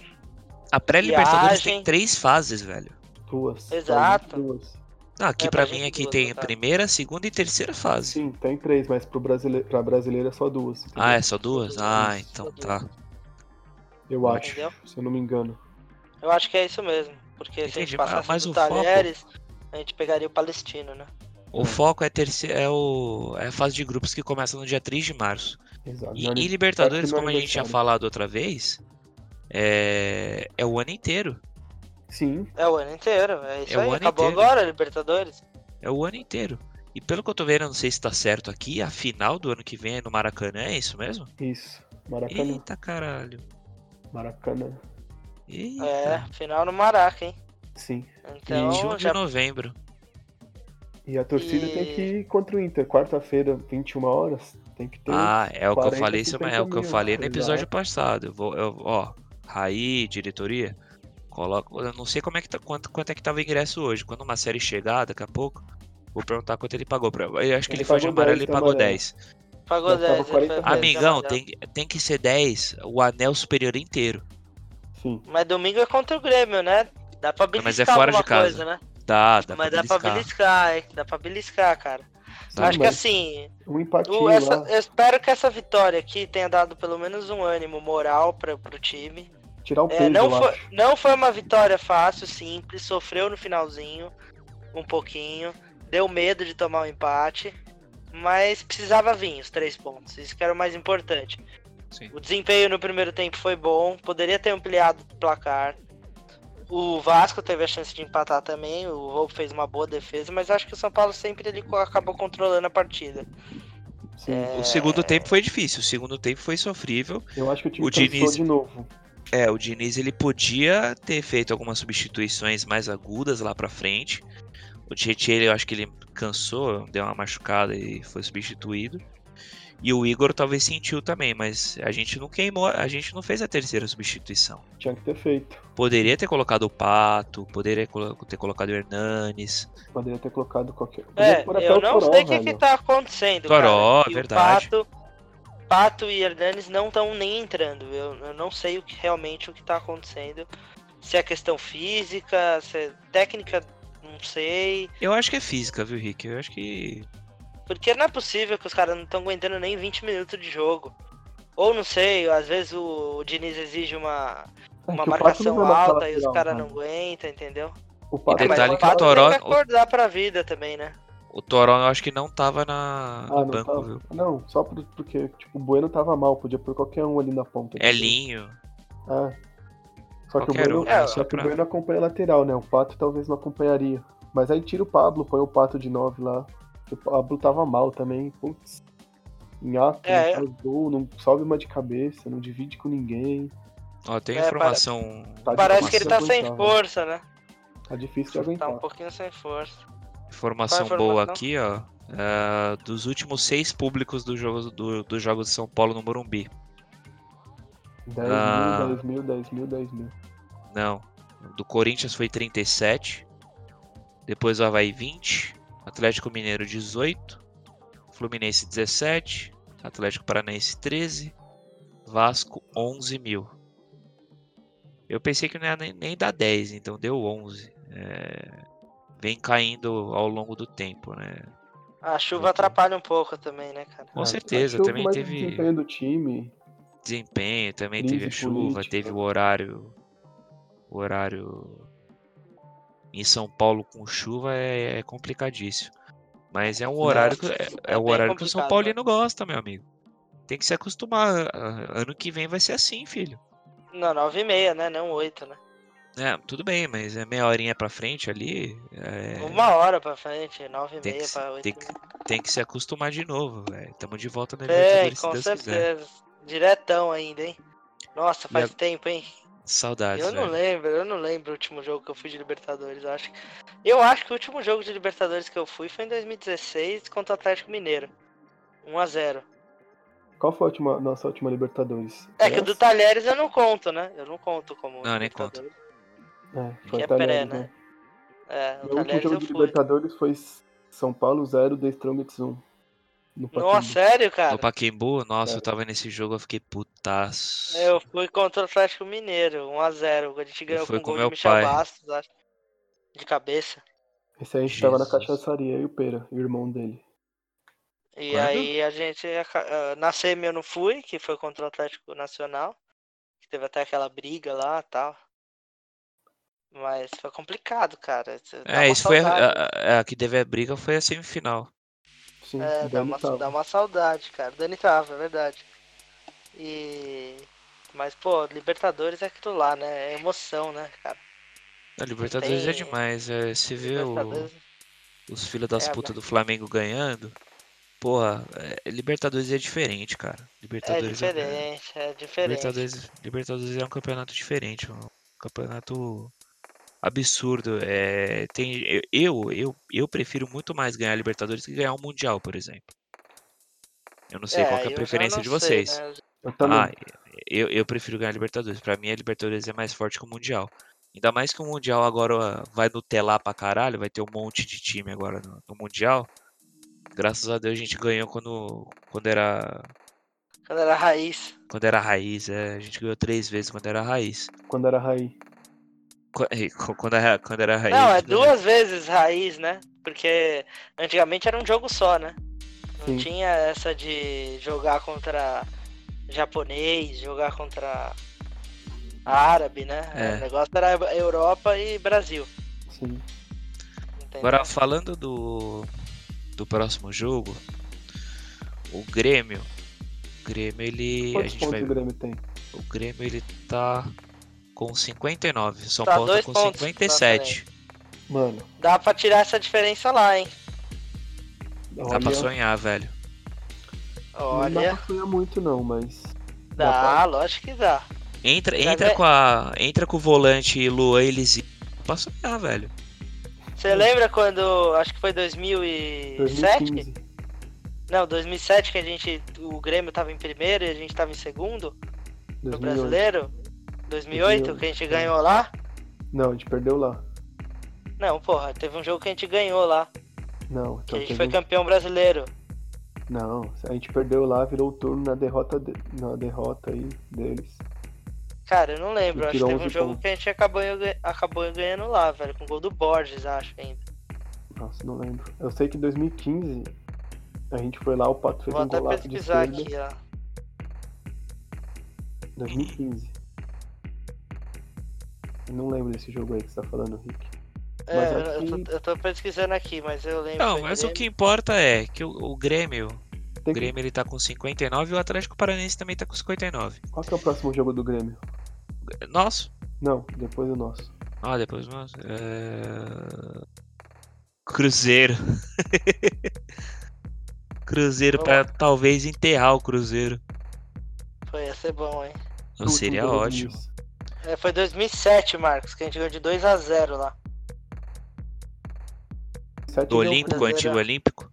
Speaker 1: A pré-Libertadores tem
Speaker 3: Viagem.
Speaker 1: três fases, velho.
Speaker 2: também. Duas.
Speaker 3: Exato.
Speaker 2: Paulista, Duas.
Speaker 1: Não, Ah, aqui
Speaker 3: É,
Speaker 1: pra
Speaker 3: pra
Speaker 1: mim
Speaker 3: gente
Speaker 1: aqui
Speaker 3: duas,
Speaker 1: tem
Speaker 3: no caso.
Speaker 1: primeira, segunda e terceira fase.
Speaker 2: Sim, tem três, mas pro brasileiro, pra brasileira é só duas. entendeu?
Speaker 1: Ah, é só duas?
Speaker 3: duas,
Speaker 1: Ah,
Speaker 3: só
Speaker 1: então
Speaker 3: duas.
Speaker 1: tá.
Speaker 2: Eu acho,
Speaker 3: Entendeu?
Speaker 2: se eu não me engano.
Speaker 3: Eu acho que é isso mesmo. Porque se a
Speaker 1: Entendi,
Speaker 3: gente
Speaker 1: mas-
Speaker 3: passasse
Speaker 1: mas
Speaker 3: do
Speaker 1: o foco-
Speaker 3: Talheres, a gente pegaria o Palestino, né?
Speaker 1: O foco é terceira, é o é a fase de grupos que começa no dia 3 de março.
Speaker 3: É
Speaker 2: Exato.
Speaker 1: E,
Speaker 2: Não,
Speaker 1: e Libertadores,
Speaker 2: no
Speaker 1: como a gente tinha
Speaker 2: aniversário.
Speaker 1: falado outra vez, é, é o ano inteiro.
Speaker 2: Sim.
Speaker 3: É o ano inteiro. É isso
Speaker 1: É o
Speaker 3: aí.
Speaker 1: ano
Speaker 3: Acabou
Speaker 1: inteiro.
Speaker 3: agora, Libertadores.
Speaker 1: É o ano inteiro. E pelo que eu tô vendo, eu não sei se tá certo aqui, a final do ano que vem é no Maracanã, é isso mesmo?
Speaker 2: Isso. Maracanã.
Speaker 1: Eita caralho.
Speaker 2: Maracanã.
Speaker 1: Eita.
Speaker 3: É, final no Maraca, hein?
Speaker 2: Sim.
Speaker 3: Então,
Speaker 1: 21
Speaker 3: já
Speaker 1: de novembro.
Speaker 2: E a torcida
Speaker 3: E-
Speaker 2: tem que ir contra o Inter. Quarta-feira, 21 horas. Tem que ter.
Speaker 1: Ah, é o que eu
Speaker 2: 40,
Speaker 1: falei, semana- é o que eu
Speaker 2: 50
Speaker 1: falei no
Speaker 2: mil,
Speaker 1: episódio
Speaker 2: exato.
Speaker 1: passado. Eu vou, eu- ó, Raí, diretoria, coloca. Eu não sei como é que tá, quanto, quanto é que tava o ingresso hoje. Quando uma série chegar, daqui a pouco, vou perguntar quanto ele pagou. Pra, eu acho que
Speaker 2: Ele
Speaker 1: ele, foi de
Speaker 2: pagou
Speaker 1: amarelo e
Speaker 2: 10,
Speaker 1: pagou
Speaker 2: amarelo.
Speaker 1: 10.
Speaker 3: pagou
Speaker 2: Já tava
Speaker 3: 10.
Speaker 2: 40
Speaker 3: ele foi-
Speaker 2: reais.
Speaker 1: Amigão,
Speaker 3: tá.
Speaker 1: tem, tem que ser 10 o anel superior inteiro.
Speaker 2: Sim.
Speaker 3: Mas domingo é contra o Grêmio, né? Dá pra beliscar
Speaker 1: Mas é fora de
Speaker 3: alguma
Speaker 1: casa.
Speaker 3: coisa, né?
Speaker 1: Dá, dá
Speaker 3: Mas
Speaker 1: pra
Speaker 3: dá pra
Speaker 1: beliscar.
Speaker 3: beliscar, hein? Dá pra beliscar, cara.
Speaker 2: Tá,
Speaker 3: Acho que
Speaker 2: mas-
Speaker 3: assim,
Speaker 2: Um empatinho
Speaker 3: o- essa-
Speaker 2: lá.
Speaker 3: eu espero que essa vitória aqui tenha dado pelo menos um ânimo moral pra, pro time.
Speaker 2: Tirar o
Speaker 3: É,
Speaker 2: peso,
Speaker 3: não,
Speaker 2: eu
Speaker 3: foi,
Speaker 2: acho.
Speaker 3: não foi uma vitória fácil, simples. Sofreu no finalzinho, um pouquinho. Deu medo de tomar o empate. Mas precisava vir os três pontos. Isso que era o mais importante.
Speaker 1: Sim.
Speaker 3: O desempenho no primeiro tempo foi bom. Poderia ter ampliado o placar. O Vasco teve a chance de empatar também. O Roubo fez uma boa defesa. Mas acho que o São Paulo sempre ele co- acabou controlando a partida.
Speaker 2: Sim.
Speaker 3: é.
Speaker 1: O segundo tempo foi difícil, o segundo tempo foi sofrível.
Speaker 2: Eu acho que o time
Speaker 1: o
Speaker 2: cansou
Speaker 1: Diniz-
Speaker 2: de novo.
Speaker 1: É, o Diniz ele podia ter feito algumas substituições mais agudas lá pra frente. O Tietchan, ele- eu acho que ele cansou, deu uma machucada e foi substituído. E o Igor talvez sentiu também, mas a gente não queimou, a gente não fez a terceira substituição.
Speaker 2: Tinha que ter feito.
Speaker 1: Poderia ter colocado o Pato, poderia colo- ter colocado o Hernanes,
Speaker 2: Poderia ter colocado qualquer.
Speaker 3: É,
Speaker 2: Poderia pôr até
Speaker 3: eu
Speaker 2: o
Speaker 3: não
Speaker 2: Toró,
Speaker 3: sei o que, que
Speaker 2: velho.
Speaker 3: tá acontecendo.
Speaker 1: Toró, é
Speaker 3: cara. E o
Speaker 1: verdade.
Speaker 3: Pato, Pato e Hernanes não estão nem entrando. Eu, eu não sei o que, realmente o que tá acontecendo. Se é questão física, se é técnica, não sei.
Speaker 1: Eu acho que é física, viu, Rick? Eu acho que.
Speaker 3: Porque não é possível que os caras não estão aguentando nem 20 minutos de jogo. Ou não sei, às vezes o, o Diniz exige uma,
Speaker 2: É
Speaker 3: uma
Speaker 2: que o Pato não
Speaker 3: marcação
Speaker 2: vai marcar
Speaker 3: alta e os
Speaker 2: lateral,
Speaker 3: caras
Speaker 2: né?
Speaker 3: não aguentam, entendeu?
Speaker 2: O Pato
Speaker 1: E
Speaker 3: É, mas
Speaker 1: detalhe
Speaker 3: o
Speaker 1: que o
Speaker 3: Pato
Speaker 1: Toró-
Speaker 3: tem que acordar pra vida também, né?
Speaker 1: O Toró eu acho que não tava
Speaker 3: tá
Speaker 1: na...
Speaker 2: Ah,
Speaker 1: no
Speaker 2: não,
Speaker 1: banco,
Speaker 2: tava.
Speaker 1: viu?
Speaker 2: não, só por- porque tipo, o Bueno tava mal, podia pôr qualquer um ali na ponta.
Speaker 3: É
Speaker 1: Elinho.
Speaker 2: Ah. Só que, o
Speaker 1: Qualquer
Speaker 2: Bueno,
Speaker 1: um, né?
Speaker 2: só
Speaker 1: Só
Speaker 2: que o
Speaker 1: pra-
Speaker 2: Bueno acompanha a lateral, né? O Pato talvez não acompanharia. Mas aí tira o Pablo, põe o Pato de 9 lá. O Pablo tava mal também, putz. Nhaco,
Speaker 3: É.
Speaker 2: não faz gol, não sobe uma de cabeça, não divide com ninguém.
Speaker 1: Ó, tem
Speaker 3: É, para-
Speaker 1: informação.
Speaker 2: Tá
Speaker 3: Parece que ele tá
Speaker 2: difícil de
Speaker 3: sem
Speaker 2: aguentar, velho.
Speaker 3: força, né?
Speaker 2: Tá difícil de
Speaker 3: Tá
Speaker 2: aguentar.
Speaker 3: um pouquinho sem força.
Speaker 1: Informação
Speaker 3: Qual é a
Speaker 1: boa
Speaker 3: informação?
Speaker 1: aqui, ó. Ah, dos últimos seis públicos do jogo, do, dos jogos de São Paulo um no Morumbi.
Speaker 2: 10
Speaker 1: Ah.
Speaker 2: mil, 10 mil, 10 mil, 10 mil.
Speaker 1: Não. Do Corinthians foi 37. Depois o Havaí 20. Atlético Mineiro 18. Fluminense 17. Atlético Paranaense 13. Vasco 11 mil. Eu pensei que não ia nem, nem dar 10, então deu 11. É, Vem caindo ao longo do tempo, né?
Speaker 3: A chuva atrapalha um pouco também, né, cara?
Speaker 1: Com
Speaker 2: Ah,
Speaker 1: certeza,
Speaker 2: acho que
Speaker 1: também
Speaker 2: mais o
Speaker 1: teve-
Speaker 2: desempenho do time.
Speaker 1: desempenho, também
Speaker 2: Crise
Speaker 1: teve a chuva,
Speaker 2: política.
Speaker 1: teve o horário. O horário em São Paulo com chuva é, é complicadíssimo. Mas é um horário que, é, é o
Speaker 3: bem
Speaker 1: horário que o São
Speaker 3: complicado, né?
Speaker 1: Paulino gosta, meu amigo. Tem que se acostumar. a- Ano que vem vai ser assim, filho.
Speaker 3: Não, 9 e meia, né? Não 8, né?
Speaker 1: É, tudo bem, mas é meia horinha pra frente ali. é,
Speaker 3: Uma hora pra frente, 9 e
Speaker 1: tem, que,
Speaker 3: meia
Speaker 1: se-
Speaker 3: pra né? 8
Speaker 1: tem,
Speaker 3: e
Speaker 1: que, tem que se acostumar de novo, velho. Tamo de volta na
Speaker 3: meia. Tem,
Speaker 1: Libertadores,
Speaker 3: com
Speaker 1: se Deus quiser.
Speaker 3: certeza. Diretão ainda, hein? Nossa,
Speaker 1: E
Speaker 3: faz
Speaker 1: a-
Speaker 3: tempo, hein?
Speaker 1: Saudades,
Speaker 3: Eu não
Speaker 1: velho.
Speaker 3: lembro, eu não lembro o último jogo que eu fui de Libertadores, eu acho. que- Eu acho que o último jogo de Libertadores que eu fui foi em 2016 contra o Atlético Mineiro. 1x0.
Speaker 2: Qual foi a última, nossa última Libertadores?
Speaker 3: É que o do
Speaker 2: Essa?
Speaker 3: Talheres eu não conto, né? Eu não conto como.
Speaker 1: Não, nem
Speaker 3: Libertadores.
Speaker 2: É,
Speaker 1: Que
Speaker 2: foi
Speaker 3: é
Speaker 2: a Talheres,
Speaker 3: pré, né?
Speaker 2: né?
Speaker 3: É, o
Speaker 2: Meu último
Speaker 3: Talheres
Speaker 2: jogo
Speaker 3: eu
Speaker 2: de
Speaker 3: fui.
Speaker 2: Libertadores foi São Paulo 0, The Strongest 1. No Pacaembu.
Speaker 3: Nossa, sério, cara?
Speaker 1: No Paquembu, nossa,
Speaker 2: Cara.
Speaker 1: eu tava nesse jogo, eu fiquei putaço.
Speaker 3: É, Eu fui contra o Atlético Mineiro, 1x0. A gente ganhou
Speaker 1: fui com
Speaker 3: com um gol de
Speaker 1: meu
Speaker 3: Michel
Speaker 1: pai.
Speaker 3: Bastos, acho. De cabeça.
Speaker 2: Esse aí a gente tava na
Speaker 1: Jesus.
Speaker 2: cachaçaria, eu e o Pera, o irmão dele.
Speaker 3: E
Speaker 1: Quando?
Speaker 3: aí a gente. aca- ah, Na semi eu não fui, que foi contra o Atlético Nacional. Que teve até aquela briga lá e tal. Mas foi complicado, cara. Dá
Speaker 1: É,
Speaker 3: uma
Speaker 1: isso foi. A,
Speaker 3: saudade.
Speaker 1: a- a- a que teve a briga foi a semifinal. ah.
Speaker 2: Sim,
Speaker 3: É,
Speaker 2: o
Speaker 3: dá
Speaker 2: Dani
Speaker 3: uma,
Speaker 2: tava.
Speaker 3: dá uma saudade, cara. O Dani tava, é verdade. E. Mas, pô, Libertadores é aquilo lá, né? É emoção, né, cara?
Speaker 1: A Libertadores
Speaker 3: Tem-
Speaker 1: é demais. É, você vê o-
Speaker 3: Libertadores
Speaker 1: os filhos das
Speaker 3: É,
Speaker 1: putas do Flamengo ganhando. Porra, é- Libertadores é diferente, cara.
Speaker 3: é
Speaker 1: Libertadores um,
Speaker 3: diferente,
Speaker 1: tá
Speaker 3: é diferente.
Speaker 1: Libertadores, Libertadores é um campeonato diferente, um campeonato absurdo. É, tem, eu- eu, eu, eu prefiro muito mais ganhar a Libertadores que ganhar um Mundial, por exemplo. Eu não sei
Speaker 3: É,
Speaker 1: qual que
Speaker 3: eu
Speaker 1: é a
Speaker 3: já
Speaker 1: preferência
Speaker 3: não
Speaker 1: de
Speaker 3: sei,
Speaker 1: vocês.
Speaker 3: né?
Speaker 2: Eu também.
Speaker 1: Ah, eu, eu prefiro ganhar a Libertadores. Pra mim, a Libertadores é mais forte que o Mundial. Ainda mais que o Mundial agora vai nutelar pra caralho, vai ter um monte de time agora no, no Mundial. Graças a Deus a gente ganhou quando, quando era
Speaker 3: Quando era raiz.
Speaker 1: quando era raiz, é, a gente ganhou três vezes quando era raiz.
Speaker 2: Quando era Raí.
Speaker 1: Qu- [laughs] é, qu- Quando era, quando era raiz.
Speaker 3: Não, é
Speaker 1: né?
Speaker 3: duas vezes raiz, né? Porque antigamente era um jogo só, né? Não
Speaker 2: Sim.
Speaker 3: tinha essa de jogar contra japonês, jogar contra árabe, né?
Speaker 1: É.
Speaker 3: O negócio era Europa e Brasil.
Speaker 2: Sim.
Speaker 3: entendeu?
Speaker 1: Agora, falando do, do próximo jogo, o Grêmio. O Grêmio, ele. a
Speaker 2: Quantos
Speaker 1: gente
Speaker 2: pontos
Speaker 1: vai
Speaker 2: o Grêmio tem?
Speaker 1: O Grêmio ele tá com 59, São
Speaker 3: Tá
Speaker 1: Paulo tá
Speaker 3: dois
Speaker 1: com
Speaker 3: pontos
Speaker 1: 57.
Speaker 2: Mano,
Speaker 3: Dá pra tirar essa diferença lá, hein?
Speaker 1: Dá Tá pra
Speaker 2: olha,
Speaker 1: sonhar, velho.
Speaker 2: não dá
Speaker 3: Olha,
Speaker 2: pra sonhar muito não, mas...
Speaker 3: dá,
Speaker 2: pra-
Speaker 3: lógico que dá.
Speaker 1: Entra,
Speaker 3: Já
Speaker 1: entra
Speaker 3: ve-
Speaker 1: com a, entra com o volante Luan e Lisi. Dá pra sonhar, velho.
Speaker 3: Você lembra quando, acho que foi 2007?
Speaker 2: 2015.
Speaker 3: Não, 2007 que a gente, o Grêmio tava em primeiro e a gente tava em segundo
Speaker 2: 2008.
Speaker 3: no Brasileiro. 2008 que a gente ganhou lá.
Speaker 2: Não, a gente perdeu lá.
Speaker 3: Não, porra, teve um jogo que a gente ganhou lá,
Speaker 2: Não,
Speaker 3: que
Speaker 2: então
Speaker 3: a gente
Speaker 2: teve
Speaker 3: foi
Speaker 2: um-
Speaker 3: campeão brasileiro.
Speaker 2: Não, a gente perdeu lá, virou o turno na derrota, de- na derrota aí deles.
Speaker 3: Cara, eu não lembro,
Speaker 2: E
Speaker 3: acho que
Speaker 2: tirou
Speaker 3: teve um
Speaker 2: 11
Speaker 3: jogo
Speaker 2: pontos.
Speaker 3: que a gente acabou, em- acabou ganhando lá, velho, com o gol do Borges, acho ainda.
Speaker 2: Nossa, não lembro. Eu sei que em 2015 a gente foi lá, o Pato fez
Speaker 3: Vou
Speaker 2: um
Speaker 3: até
Speaker 2: golaço de
Speaker 3: pesquisar
Speaker 2: esquerda.
Speaker 3: aqui, ó.
Speaker 2: 2015. Eu não lembro desse jogo aí que você tá falando, Rick.
Speaker 3: É,
Speaker 2: Mas
Speaker 3: eu,
Speaker 2: aqui-
Speaker 3: tô, eu tô pesquisando aqui, mas eu lembro.
Speaker 1: Não,
Speaker 3: foi
Speaker 1: mas o
Speaker 3: Grêmio.
Speaker 1: que importa é que o, o Grêmio, o
Speaker 2: Tem que-
Speaker 1: Grêmio ele tá com 59 e o Atlético Paranaense também tá com 59.
Speaker 2: Qual que é o próximo jogo do Grêmio?
Speaker 1: Nosso?
Speaker 2: Não, depois o nosso.
Speaker 1: Ah, depois nosso. É... Cruzeiro. [laughs] Cruzeiro
Speaker 3: Vamos
Speaker 1: pra talvez enterrar o Cruzeiro.
Speaker 3: Foi, ia ser bom, hein?
Speaker 1: Não, seria
Speaker 2: Último jogo
Speaker 1: ótimo.
Speaker 2: disso.
Speaker 3: É, foi 2007, Marcos, que a gente ganhou de 2x0 lá.
Speaker 2: Sete
Speaker 1: Do
Speaker 2: não.
Speaker 1: Olímpico,
Speaker 3: brasileiro.
Speaker 1: antigo Olímpico.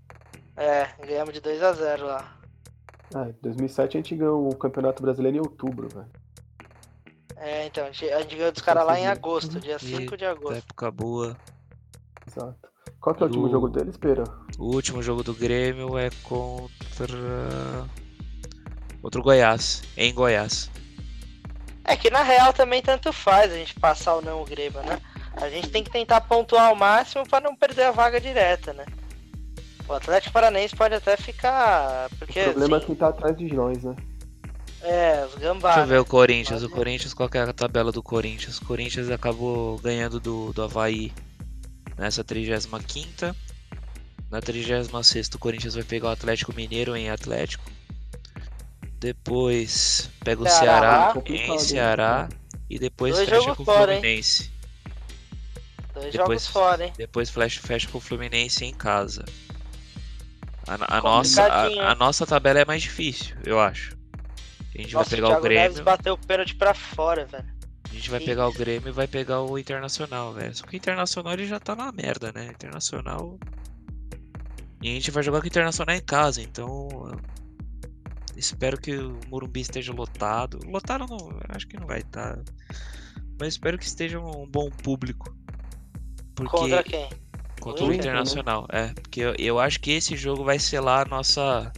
Speaker 3: É, ganhamos de 2x0 lá.
Speaker 2: Ah, em 2007 a gente ganhou o Campeonato Brasileiro em outubro, velho.
Speaker 3: É, então, a gente, a gente ganhou dos caras lá é em agosto, dia
Speaker 1: Uhum. Eita.
Speaker 3: 5 de agosto.
Speaker 1: Época boa.
Speaker 2: Exato. Qual que é o último
Speaker 1: Do-
Speaker 2: jogo deles, Pera?
Speaker 1: O último jogo do Grêmio é contra. Contra o Goiás. Em Goiás.
Speaker 3: É que na real também tanto faz a gente passar ou não o Grêmio, né? A gente tem que tentar pontuar ao máximo pra não perder a vaga direta, né? O Atlético Paranaense pode até ficar. Porque.
Speaker 2: O problema é
Speaker 3: assim,
Speaker 2: quem tá atrás de nós, né?
Speaker 3: é, os gambá.
Speaker 1: Deixa eu ver
Speaker 3: né?
Speaker 1: o Corinthians. O
Speaker 3: Olha.
Speaker 1: Corinthians, qual que é a tabela do Corinthians? O Corinthians acabou ganhando do, do Havaí nessa 35. Na 36, o Corinthians vai pegar o Atlético Mineiro em Atlético. Depois pega o
Speaker 3: Ceará.
Speaker 1: Ceará,
Speaker 2: Complicado,
Speaker 1: em
Speaker 2: hein?
Speaker 1: Ceará. E depois
Speaker 3: Dois
Speaker 1: fecha
Speaker 3: jogos
Speaker 1: com o
Speaker 3: fora, hein?
Speaker 1: Fluminense.
Speaker 3: Dois
Speaker 1: depois-
Speaker 3: jogos fora, hein?
Speaker 1: Depois Flash fecha com o Fluminense em casa. A, a
Speaker 3: Complicadinho,
Speaker 1: nossa,
Speaker 3: hein?
Speaker 1: a, a nossa tabela é mais difícil, eu acho. A gente
Speaker 3: Nossa,
Speaker 1: vai
Speaker 3: o
Speaker 1: pegar o
Speaker 3: Thiago Neves
Speaker 1: Grêmio,
Speaker 3: bateu o pênalti pra fora, velho.
Speaker 1: a gente vai
Speaker 3: e-
Speaker 1: pegar o Grêmio e vai pegar o Internacional, velho. Só que o Internacional ele já tá na merda, né? Internacional e a gente vai jogar com o Internacional em casa, então eu espero que o Morumbi esteja lotado. Lotado não, eu acho que não vai estar. Mas espero que esteja um bom público. Porque
Speaker 3: Contra quem?
Speaker 1: Contra
Speaker 3: Inter,
Speaker 1: o
Speaker 2: né?
Speaker 1: Internacional, é. Porque eu, eu acho que esse jogo vai selar a nossa.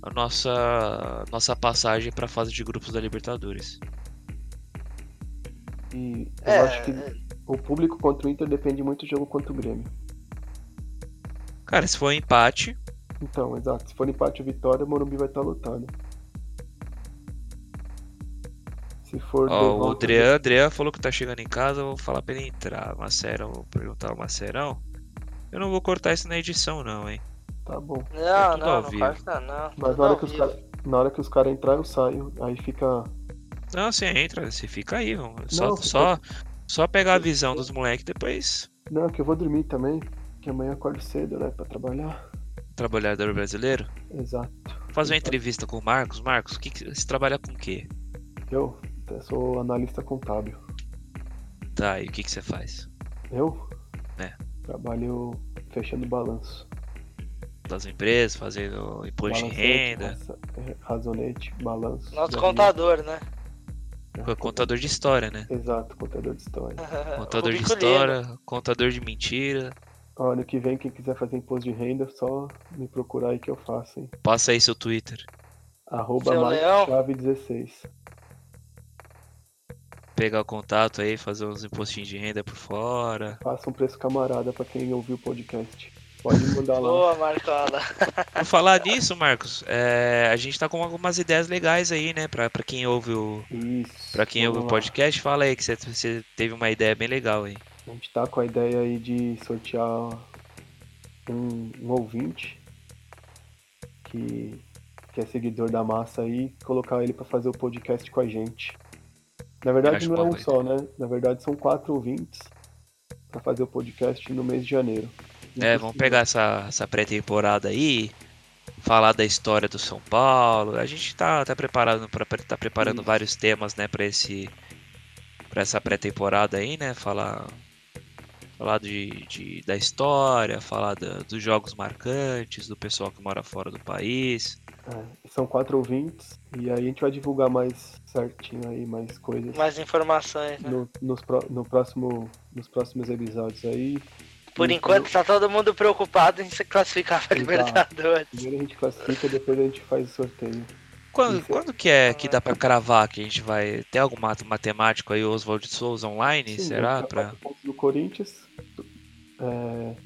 Speaker 1: A nossa. Nossa passagem pra fase de grupos da Libertadores.
Speaker 2: E eu
Speaker 3: É,
Speaker 2: acho que o público contra o Inter depende muito do jogo contra o Grêmio.
Speaker 1: Cara, se for um empate,
Speaker 2: Então, exato. Se for empate ou vitória, o Morumbi vai estar lotado. Se for
Speaker 1: ó, o
Speaker 2: derrota-
Speaker 1: Adrian, Adrian falou que tá chegando em casa, eu vou falar pra ele entrar. Macerão, vou perguntar ao Macerão. Eu não vou cortar isso na edição, não, hein?
Speaker 2: Tá bom.
Speaker 1: é
Speaker 3: Não,
Speaker 1: tudo ao
Speaker 3: não, não
Speaker 1: vivo.
Speaker 3: corta, não.
Speaker 2: Mas
Speaker 3: Tudo
Speaker 2: na hora,
Speaker 3: ao
Speaker 2: que os
Speaker 3: vivo.
Speaker 2: cara... na hora que os caras entrarem, eu saio. Aí fica
Speaker 1: Não, você entra, você fica aí, mano. Só, só, só pegar a visão dos moleques depois.
Speaker 2: Não, que eu vou dormir também, que amanhã eu acordo cedo, né, pra trabalhar.
Speaker 1: Trabalhador brasileiro.
Speaker 2: Exato.
Speaker 1: Vou fazer uma entrevista com o Marcos. Marcos, que, que- você trabalha com o quê?
Speaker 2: Eu, eu sou analista contábil.
Speaker 1: Tá, e o que, que você faz?
Speaker 2: Eu?
Speaker 1: É.
Speaker 2: Trabalho fechando balanço.
Speaker 1: Das empresas, fazendo imposto de
Speaker 2: Balancete,
Speaker 1: renda,
Speaker 2: raça- é, Razonete, balanço.
Speaker 3: Nosso
Speaker 2: planilha,
Speaker 3: contador, né? [laughs]
Speaker 2: né? É,
Speaker 1: contador de história, né?
Speaker 2: Exato, contador de história.
Speaker 1: Contador de
Speaker 3: Rubinho Lima.
Speaker 1: história, contador de mentira.
Speaker 2: Ó, Ano que vem, quem quiser fazer imposto de renda, só me procurar aí que eu faço, hein?
Speaker 1: Passa aí seu Twitter.
Speaker 2: Arroba
Speaker 3: Seu Leão.
Speaker 2: Chave16.
Speaker 1: Pegar o contato aí, fazer uns impostinhos de renda por fora.
Speaker 2: Faça um preço camarada pra quem ouviu o podcast. Pode mandar lá.
Speaker 3: Boa, Marcola.
Speaker 1: Por falar nisso, Marcos, é, a gente tá com algumas ideias legais aí, né? Pra, pra quem ouve o.
Speaker 2: Isso.
Speaker 1: Pra quem ouve
Speaker 2: vamos
Speaker 1: o
Speaker 2: lá.
Speaker 1: podcast, fala aí que você- você teve uma ideia bem legal aí.
Speaker 2: A gente tá com a ideia aí de sortear um, um ouvinte que, que é seguidor da massa aí, colocar ele pra fazer o podcast com a gente. Na verdade
Speaker 1: acho
Speaker 2: não é
Speaker 1: boa
Speaker 2: um
Speaker 1: ideia.
Speaker 2: só, né? Na verdade são quatro ouvintes pra fazer o podcast no mês de janeiro.
Speaker 1: É, vamos pegar essa, essa pré-temporada aí, falar da história do São Paulo. A gente tá, tá preparado para tá preparando
Speaker 2: Isso.
Speaker 1: vários temas, né, para esse para essa pré-temporada aí, né, falar falar de, de- da história, falar da- dos jogos marcantes, do pessoal que mora fora do país.
Speaker 2: É, são quatro ouvintes e aí a gente vai divulgar mais certinho aí, mais coisas.
Speaker 3: Mais informações, né?
Speaker 2: No, nos, pró- no próximo, nos próximos episódios aí.
Speaker 3: Por
Speaker 1: Uhum.
Speaker 2: E
Speaker 3: enquanto tá todo mundo preocupado em se classificar pra
Speaker 2: Exato.
Speaker 3: Libertadores.
Speaker 2: Primeiro a gente classifica, depois a gente faz o sorteio.
Speaker 1: Quando,
Speaker 2: Isso.
Speaker 1: quando que é que dá para cravar que a gente vai ter algum mato matemático aí Oswald Souza online,
Speaker 2: Sim,
Speaker 1: será
Speaker 2: vai ficar
Speaker 1: para
Speaker 2: quatro pontos do Corinthians é,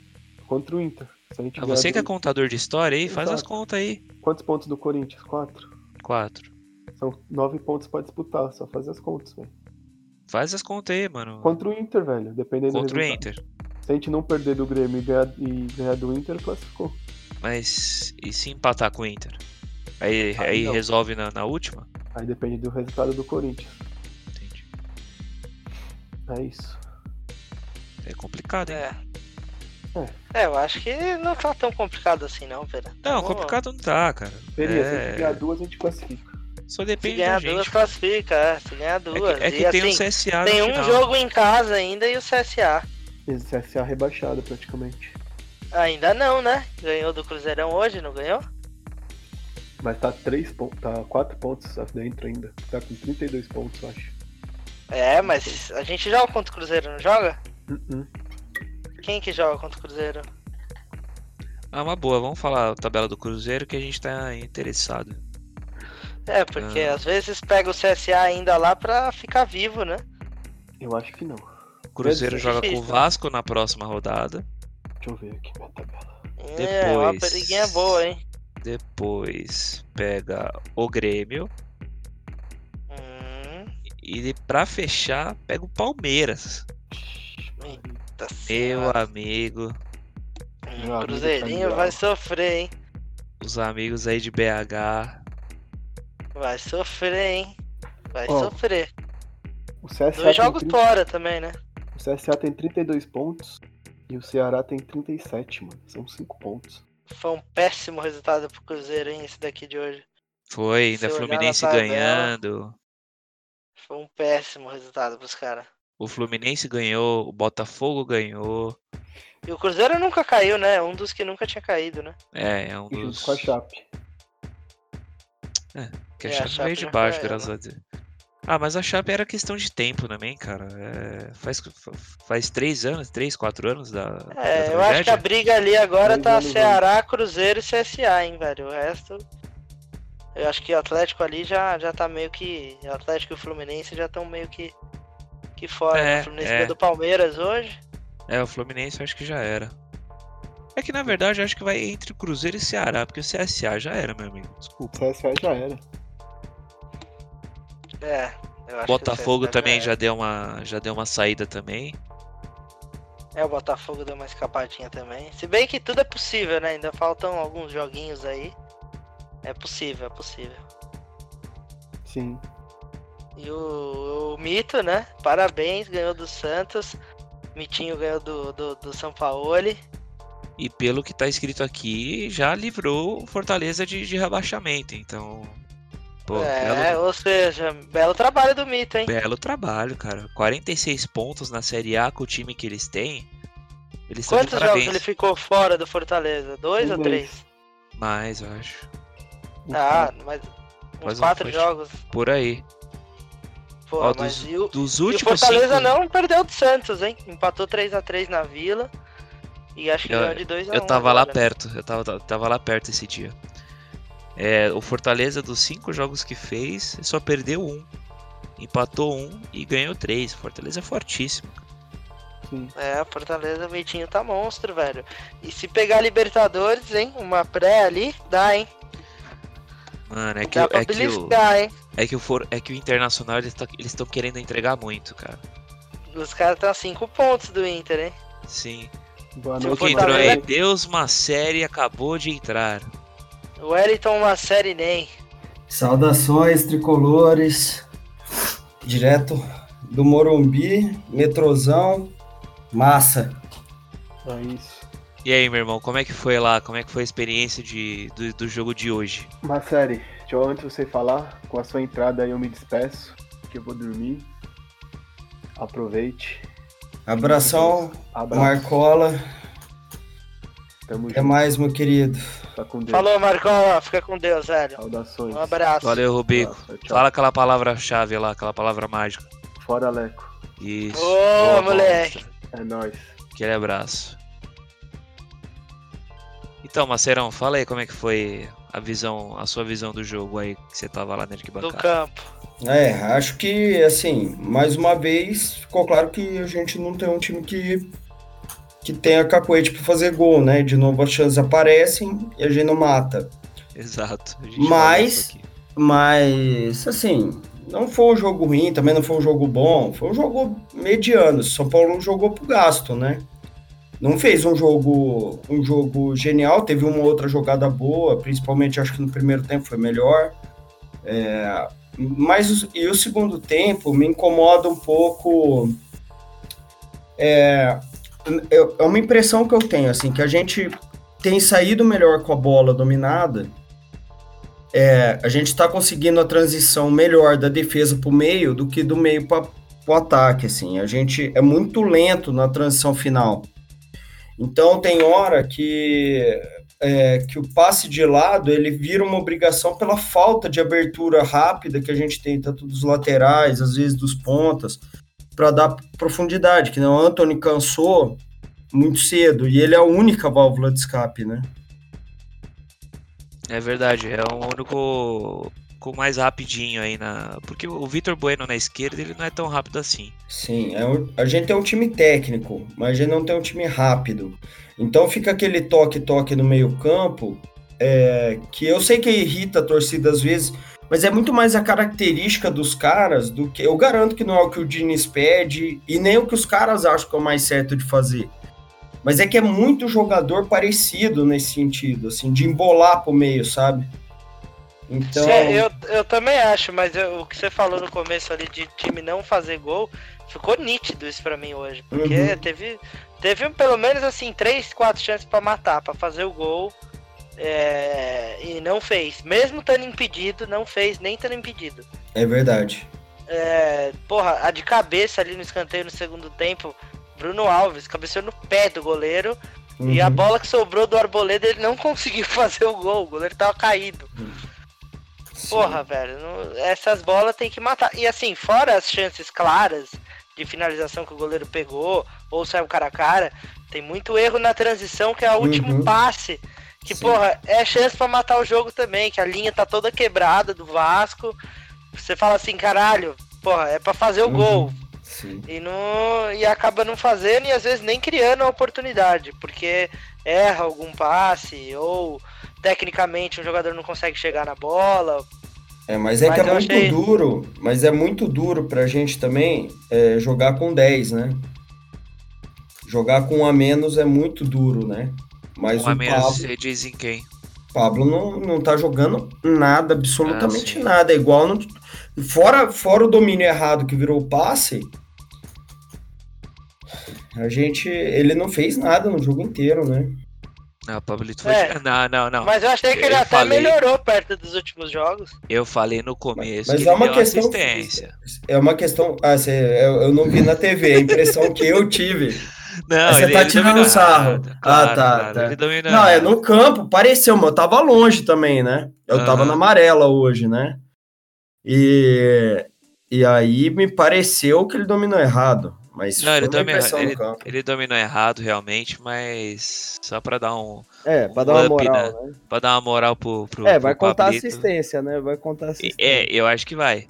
Speaker 2: contra o Inter. Se a gente
Speaker 1: Ah, você
Speaker 2: ganhar
Speaker 1: que é
Speaker 2: do-
Speaker 1: contador de história aí, faz as
Speaker 2: Exato.
Speaker 1: contas aí.
Speaker 2: Quantos pontos do Corinthians? Quatro.
Speaker 1: Quatro.
Speaker 2: São nove pontos pra disputar, só fazer as contas, velho.
Speaker 1: Faz as contas aí, mano.
Speaker 2: Contra o Inter, velho, dependendo
Speaker 1: Contra o
Speaker 2: do resultado.
Speaker 1: Inter.
Speaker 2: Se a gente não perder do Grêmio e ganhar, e ganhar do Inter, classificou.
Speaker 1: Mas e se empatar com o Inter? Aí,
Speaker 2: Ah,
Speaker 1: aí
Speaker 2: não.
Speaker 1: resolve na, na última?
Speaker 2: Aí depende do resultado do Corinthians.
Speaker 1: Entendi.
Speaker 2: É isso.
Speaker 1: É complicado, hein?
Speaker 3: É. É, eu acho que não tá tão complicado assim, não, Pera.
Speaker 1: Não,
Speaker 3: Vamos-
Speaker 1: complicado não tá, cara.
Speaker 2: Beleza, se a gente
Speaker 1: É,
Speaker 2: ganhar duas, a gente classifica.
Speaker 1: Só
Speaker 3: Se
Speaker 1: depende da
Speaker 3: ganhar
Speaker 1: gente.
Speaker 3: duas,
Speaker 1: pô.
Speaker 3: classifica. É, se ganhar
Speaker 1: É que-
Speaker 3: duas.
Speaker 1: É que,
Speaker 3: e
Speaker 1: tem um
Speaker 3: assim,
Speaker 1: CSA
Speaker 3: tem
Speaker 1: no
Speaker 3: um
Speaker 1: final.
Speaker 3: jogo em casa ainda e o CSA.
Speaker 2: Esse CSA rebaixado, praticamente.
Speaker 3: Ainda não, né? Ganhou do Cruzeirão hoje, não ganhou?
Speaker 2: Mas tá três pontos, tá quatro pontos dentro ainda. Tá com 32 pontos, eu acho.
Speaker 3: É, mas a gente joga contra o Cruzeiro, não joga?
Speaker 1: Hum,
Speaker 2: Uh -uh.
Speaker 3: Quem que joga contra o Cruzeiro?
Speaker 1: Ah, uma boa. Vamos falar a tabela do Cruzeiro que a gente tá interessado.
Speaker 3: É, porque
Speaker 1: Ah.
Speaker 3: às vezes pega o CSA ainda lá pra ficar vivo, né?
Speaker 2: Eu acho que não.
Speaker 1: O Cruzeiro
Speaker 3: Deve ser
Speaker 1: joga com o
Speaker 3: difícil, né?
Speaker 1: Vasco na próxima rodada.
Speaker 2: Deixa eu ver aqui minha tabela.
Speaker 3: É, uma
Speaker 1: Depois.
Speaker 3: periguinha boa, hein?
Speaker 1: Depois pega o Grêmio.
Speaker 3: Hum,
Speaker 1: E pra fechar, pega o Palmeiras.
Speaker 3: tá
Speaker 1: Meu
Speaker 3: certo.
Speaker 1: amigo.
Speaker 3: Hum,
Speaker 2: Meu amigo
Speaker 3: Cruzeirinho
Speaker 2: tá
Speaker 3: vai
Speaker 2: bravo.
Speaker 3: sofrer, hein?
Speaker 1: os amigos aí de BH.
Speaker 3: Vai sofrer, hein? Vai
Speaker 2: Ó,
Speaker 3: sofrer.
Speaker 2: O CSA,
Speaker 3: Dois
Speaker 2: tem
Speaker 3: jogos
Speaker 2: 30
Speaker 3: fora também, né?
Speaker 2: o CSA tem 32 pontos e o Ceará tem 37, mano. São 5 pontos.
Speaker 3: Foi um péssimo resultado pro Cruzeiro, hein? Esse daqui de hoje.
Speaker 1: Foi, ainda
Speaker 3: Se olhar na
Speaker 1: Fluminense
Speaker 3: tabela-
Speaker 1: ganhando.
Speaker 3: Foi um péssimo resultado pros caras.
Speaker 1: O Fluminense ganhou, o Botafogo ganhou.
Speaker 3: E o Cruzeiro nunca caiu, né? Um dos que nunca tinha caído, né?
Speaker 1: É, é um
Speaker 2: E junto
Speaker 1: dos.
Speaker 2: com a Chape.
Speaker 1: Que a
Speaker 3: É, a
Speaker 1: Chape
Speaker 3: Chape
Speaker 1: veio de
Speaker 3: já né?
Speaker 1: baixo,
Speaker 3: caiu,
Speaker 1: graças a Deus. Ah, mas a Chape era questão de tempo também, cara. É, faz, faz três anos, três, quatro anos da. da
Speaker 3: É, eu acho que
Speaker 1: tragédia.
Speaker 3: a briga ali agora
Speaker 2: Dois
Speaker 3: tá
Speaker 2: anos
Speaker 3: Ceará, Cruzeiro e CSA, hein, velho? O resto. Eu acho que o Atlético ali já, já tá meio que. O Atlético e o Fluminense já estão meio que. Que fora.
Speaker 1: É,
Speaker 3: né? O Fluminense
Speaker 1: é.
Speaker 3: ganhou do Palmeiras hoje.
Speaker 1: É, o Fluminense eu acho que já era. É que na verdade eu acho que vai entre o Cruzeiro e o Ceará, porque o CSA já era, meu amigo.
Speaker 2: O
Speaker 1: Desculpa.
Speaker 2: CSA já era.
Speaker 3: É. Eu acho que é- o
Speaker 1: Botafogo
Speaker 3: CSA
Speaker 1: também
Speaker 3: era.
Speaker 1: já deu uma, já deu uma saída também.
Speaker 3: É, o Botafogo deu uma escapadinha também. Se bem que tudo é possível, né? Ainda faltam alguns joguinhos aí. É possível, é possível.
Speaker 2: Sim.
Speaker 3: E o, o Mito, né? Parabéns, ganhou do Santos. Mitinho ganhou do, do, do São Paulo.
Speaker 1: E pelo que tá escrito aqui, já livrou o Fortaleza de, de rebaixamento. Então. pô,
Speaker 3: é, ou seja, belo trabalho do Mito, hein?
Speaker 1: Belo trabalho, cara. 46 pontos na Série A com o time que eles têm. Eles estão de
Speaker 3: Quantos jogos
Speaker 1: parabéns.
Speaker 3: ele ficou fora do Fortaleza? Dois
Speaker 2: Um,
Speaker 3: ou três?
Speaker 1: Mas, eu acho.
Speaker 2: Então,
Speaker 3: Ah, mas
Speaker 1: Mas
Speaker 3: uns
Speaker 1: não
Speaker 3: quatro
Speaker 1: foi.
Speaker 3: jogos.
Speaker 1: Por aí.
Speaker 3: Pô,
Speaker 1: Ó,
Speaker 3: mas
Speaker 1: dos,
Speaker 3: e o,
Speaker 1: dos
Speaker 3: e o
Speaker 1: últimos
Speaker 3: Fortaleza
Speaker 1: cinco...
Speaker 3: não perdeu do Santos, hein? Empatou 3x3 na Vila. E acho que
Speaker 1: Eu-
Speaker 3: ganhou de 2x1.
Speaker 1: Eu tava
Speaker 3: né?
Speaker 1: lá perto, eu tava, tava lá perto esse dia. É, o Fortaleza, dos cinco jogos que fez, só perdeu um. Empatou um e ganhou três. O Fortaleza é fortíssimo.
Speaker 3: É, Fortaleza, o Vitinho tá monstro, velho. E se pegar Libertadores, hein? Uma pré ali, dá, hein?
Speaker 1: Mano, é que,
Speaker 3: Dá
Speaker 1: o-
Speaker 3: pra
Speaker 1: é que, o,
Speaker 3: beliscar, hein?
Speaker 1: é que, o, For- é que o Internacional eles tá- eles estão querendo entregar muito, cara.
Speaker 3: Os caras estão a 5 pontos do Inter, hein?
Speaker 1: Sim.
Speaker 2: Boa
Speaker 3: Se
Speaker 1: O
Speaker 3: o
Speaker 1: que entrou aí?
Speaker 3: Fortaleza-
Speaker 1: Deus Masseri acabou de entrar.
Speaker 3: O Wellington, uma série nem.
Speaker 4: Saudações tricolores, direto do Morumbi, metrozão, massa.
Speaker 2: É isso.
Speaker 1: E aí, meu irmão, como é que foi lá? Como é que foi a experiência de, do, do jogo de hoje?
Speaker 2: Massari, deixa eu- antes de você falar, com a sua entrada aí eu me despeço, que eu vou dormir. Aproveite.
Speaker 4: Abração,
Speaker 2: Abraço.
Speaker 4: Marcola,
Speaker 2: Tamo
Speaker 4: até
Speaker 2: junto.
Speaker 4: mais, meu querido.
Speaker 2: Tá com Deus.
Speaker 3: Falou, Marcola. Fica com Deus, velho.
Speaker 2: Saudações.
Speaker 3: Um abraço.
Speaker 1: Valeu, Rubico.
Speaker 2: Abraço, tchau.
Speaker 1: Fala aquela palavra-chave lá, aquela palavra mágica.
Speaker 2: Fora, Leco.
Speaker 1: Isso.
Speaker 3: Ô,
Speaker 1: Boa, boa.
Speaker 3: moleque.
Speaker 2: É nóis.
Speaker 1: Aquele abraço. Então, Macerão, fala aí como é que foi a visão, a sua visão do jogo aí que você tava lá na
Speaker 3: Do
Speaker 1: arquibancada.
Speaker 3: campo.
Speaker 4: É, acho que, assim, mais uma vez, ficou claro que a gente não tem um time que, que tenha cacoete pra fazer gol, né? De novo as chances aparecem e a gente não mata.
Speaker 1: Exato. a gente
Speaker 4: Mas-
Speaker 1: falou isso aqui.
Speaker 4: Mas, assim, não foi um jogo ruim, também não foi um jogo bom, foi um jogo mediano. O São Paulo jogou pro gasto, né? Não fez um jogo, um jogo genial, teve uma outra jogada boa, principalmente acho que no primeiro tempo foi melhor. É, mas os- e o segundo tempo me incomoda um pouco. É, eu- é uma impressão que eu tenho, assim, que a gente tem saído melhor com a bola dominada a gente está conseguindo a transição melhor da defesa para o meio do que do meio para o ataque. Assim, a gente é muito lento na transição final. Então tem hora que é, que o passe de lado ele vira uma obrigação pela falta de abertura rápida que a gente tem tanto dos laterais, às vezes dos pontas, para dar profundidade. Que não, o Anthony cansou muito cedo e ele é a única válvula de escape, né?
Speaker 1: É verdade, é o único com mais rapidinho aí na. Porque o Vitor Bueno na esquerda ele não é tão rápido assim.
Speaker 4: Sim, é um- a gente tem um time técnico, mas a gente não tem um time rápido. Então fica aquele toque-toque no meio-campo, é, que eu sei que irrita a torcida às vezes, mas é muito mais a característica dos caras do que. Eu garanto que não é o que o Diniz pede e nem o que os caras acham que é o mais certo de fazer. Mas é que é muito jogador parecido nesse sentido, assim, de embolar pro meio, sabe? Então.
Speaker 3: Cê- É, eu, eu também acho, mas eu- o que você falou no começo ali de time não fazer gol, ficou nítido isso pra mim hoje. Porque
Speaker 4: Uhum.
Speaker 3: teve, teve pelo menos assim, três, quatro chances pra matar, pra fazer o gol. é, e não fez. Mesmo estando impedido, não fez, nem estando impedido.
Speaker 4: É verdade.
Speaker 3: É, porra, a de cabeça ali no escanteio no segundo tempo, Bruno Alves cabeceou no pé do goleiro. E a
Speaker 4: Uhum.
Speaker 3: bola que sobrou do arboleda, ele não [laughs] conseguiu fazer o gol. O goleiro tava caído.
Speaker 4: Sim.
Speaker 3: Porra, velho, não- essas bolas tem que matar. E assim, fora as chances claras de finalização que o goleiro pegou, ou saiu cara a cara, tem muito erro na transição, que é o último
Speaker 4: Uhum.
Speaker 3: passe. Que,
Speaker 4: Sim.
Speaker 3: porra, é chance pra matar o jogo também, que a linha tá toda quebrada do Vasco. Você fala assim, caralho, porra, é pra fazer o
Speaker 4: Uhum.
Speaker 3: gol.
Speaker 4: Sim.
Speaker 3: E, não, e acaba não fazendo e às vezes nem criando a oportunidade, porque erra algum passe, ou tecnicamente um jogador não consegue chegar na bola,
Speaker 4: É, mas é
Speaker 3: Mas
Speaker 4: que é
Speaker 3: eu
Speaker 4: muito
Speaker 3: achei-
Speaker 4: duro, mas é muito duro pra gente também é, jogar com 10, né? Jogar com um a menos é muito duro, né? Mas
Speaker 1: um a
Speaker 4: o
Speaker 1: menos
Speaker 4: Pablo,
Speaker 1: você diz em quem?
Speaker 5: Pablo não, não tá jogando nada, absolutamente ah, nada. É igual. No, fora, fora o domínio errado que virou passe, a gente. Ele não fez nada no jogo inteiro, né?
Speaker 1: Não, Pablito foi... é, Não, não, não.
Speaker 3: Mas eu achei que eu ele até falei... melhorou perto dos últimos jogos.
Speaker 1: Eu falei no começo.
Speaker 5: Mas, mas
Speaker 1: que
Speaker 5: é uma questão. Assistência. É uma questão. Ah, você, eu, eu não vi na TV, a impressão que eu tive.
Speaker 1: Não,
Speaker 5: você tá tirando dominou, sarro. Nada, ah, claro, tá. Nada, tá. Ele dominou, não, é no campo, pareceu, mas eu tava longe também, né? Eu uhum. tava na amarela hoje, né? E, e aí me pareceu que ele dominou errado. Mas
Speaker 1: não, ele, dominou, ele, ele, dominou errado realmente, mas só para dar um.
Speaker 4: É,
Speaker 1: um para
Speaker 4: dar uma moral. Na, né?
Speaker 1: Pra dar uma moral pro. pro
Speaker 4: é,
Speaker 1: pro
Speaker 4: vai contar Pablito. assistência, né? Vai contar assistência.
Speaker 1: É, eu acho que vai.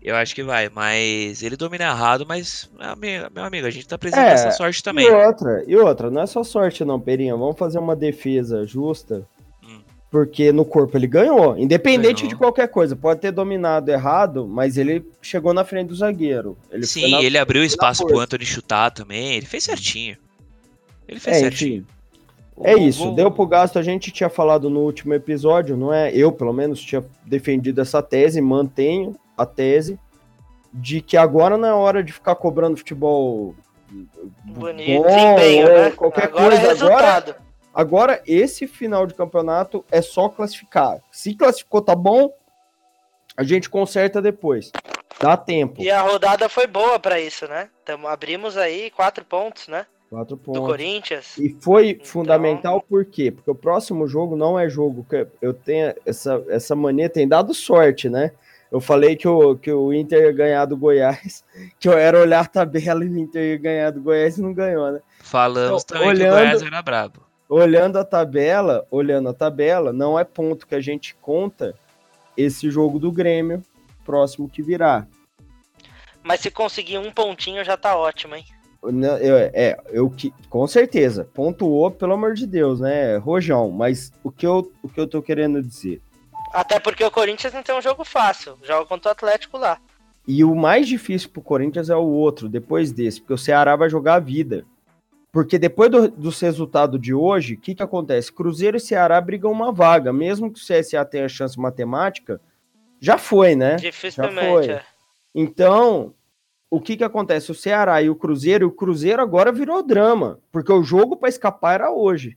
Speaker 1: Eu acho que vai, mas ele domina errado, mas, é meu amigo, a gente tá precisando é, dessa sorte também.
Speaker 4: E outra, e outra, não é só sorte não, Perinha, vamos fazer uma defesa justa, hum. porque no corpo ele ganhou, independente ganhou. de qualquer coisa, pode ter dominado errado, mas ele chegou na frente do zagueiro. Ele
Speaker 1: Sim, na, ele abriu espaço pro Anthony chutar também, ele fez certinho. Ele fez
Speaker 4: é,
Speaker 1: certinho. Enfim.
Speaker 4: É isso, deu pro gasto. A gente tinha falado no último episódio, não é? Eu, pelo menos, tinha defendido essa tese, mantenho a tese de que agora não é hora de ficar cobrando futebol
Speaker 3: Bonito, bom, né?
Speaker 4: qualquer agora coisa. É agora, agora, esse final de campeonato é só classificar. Se classificou, tá bom, a gente conserta depois. Dá tempo.
Speaker 3: E a rodada foi boa para isso, né? Então, abrimos aí quatro pontos, né?
Speaker 4: Quatro pontos.
Speaker 3: Do Corinthians.
Speaker 4: E foi então... fundamental por quê? Porque o próximo jogo não é jogo que eu tenho essa, essa mania tem dado sorte, né? Eu falei que o, que o Inter ia ganhar do Goiás, [laughs] que eu era olhar a tabela e o Inter ia ganhar do Goiás e não ganhou, né?
Speaker 1: Falamos então, também olhando, que o Goiás era brabo.
Speaker 4: Olhando a tabela, olhando a tabela, não é ponto que a gente conta esse jogo do Grêmio próximo que virá.
Speaker 3: Mas se conseguir um pontinho já tá ótimo, hein?
Speaker 4: Eu, é, eu que com certeza pontuou, pelo amor de Deus, né, Rojão? Mas o que eu, o que eu tô querendo dizer?
Speaker 3: Até porque o Corinthians não tem um jogo fácil, joga contra o Atlético lá.
Speaker 4: E o mais difícil pro Corinthians é o outro, depois desse, porque o Ceará vai jogar a vida. Porque depois do, dos resultados de hoje, o que, que acontece? Cruzeiro e Ceará brigam uma vaga, mesmo que o CSA tenha chance matemática, já foi, né?
Speaker 3: Dificilmente. Já foi. É.
Speaker 4: Então, o que que acontece? O Ceará e o Cruzeiro, e o Cruzeiro agora virou drama, porque o jogo para escapar era hoje.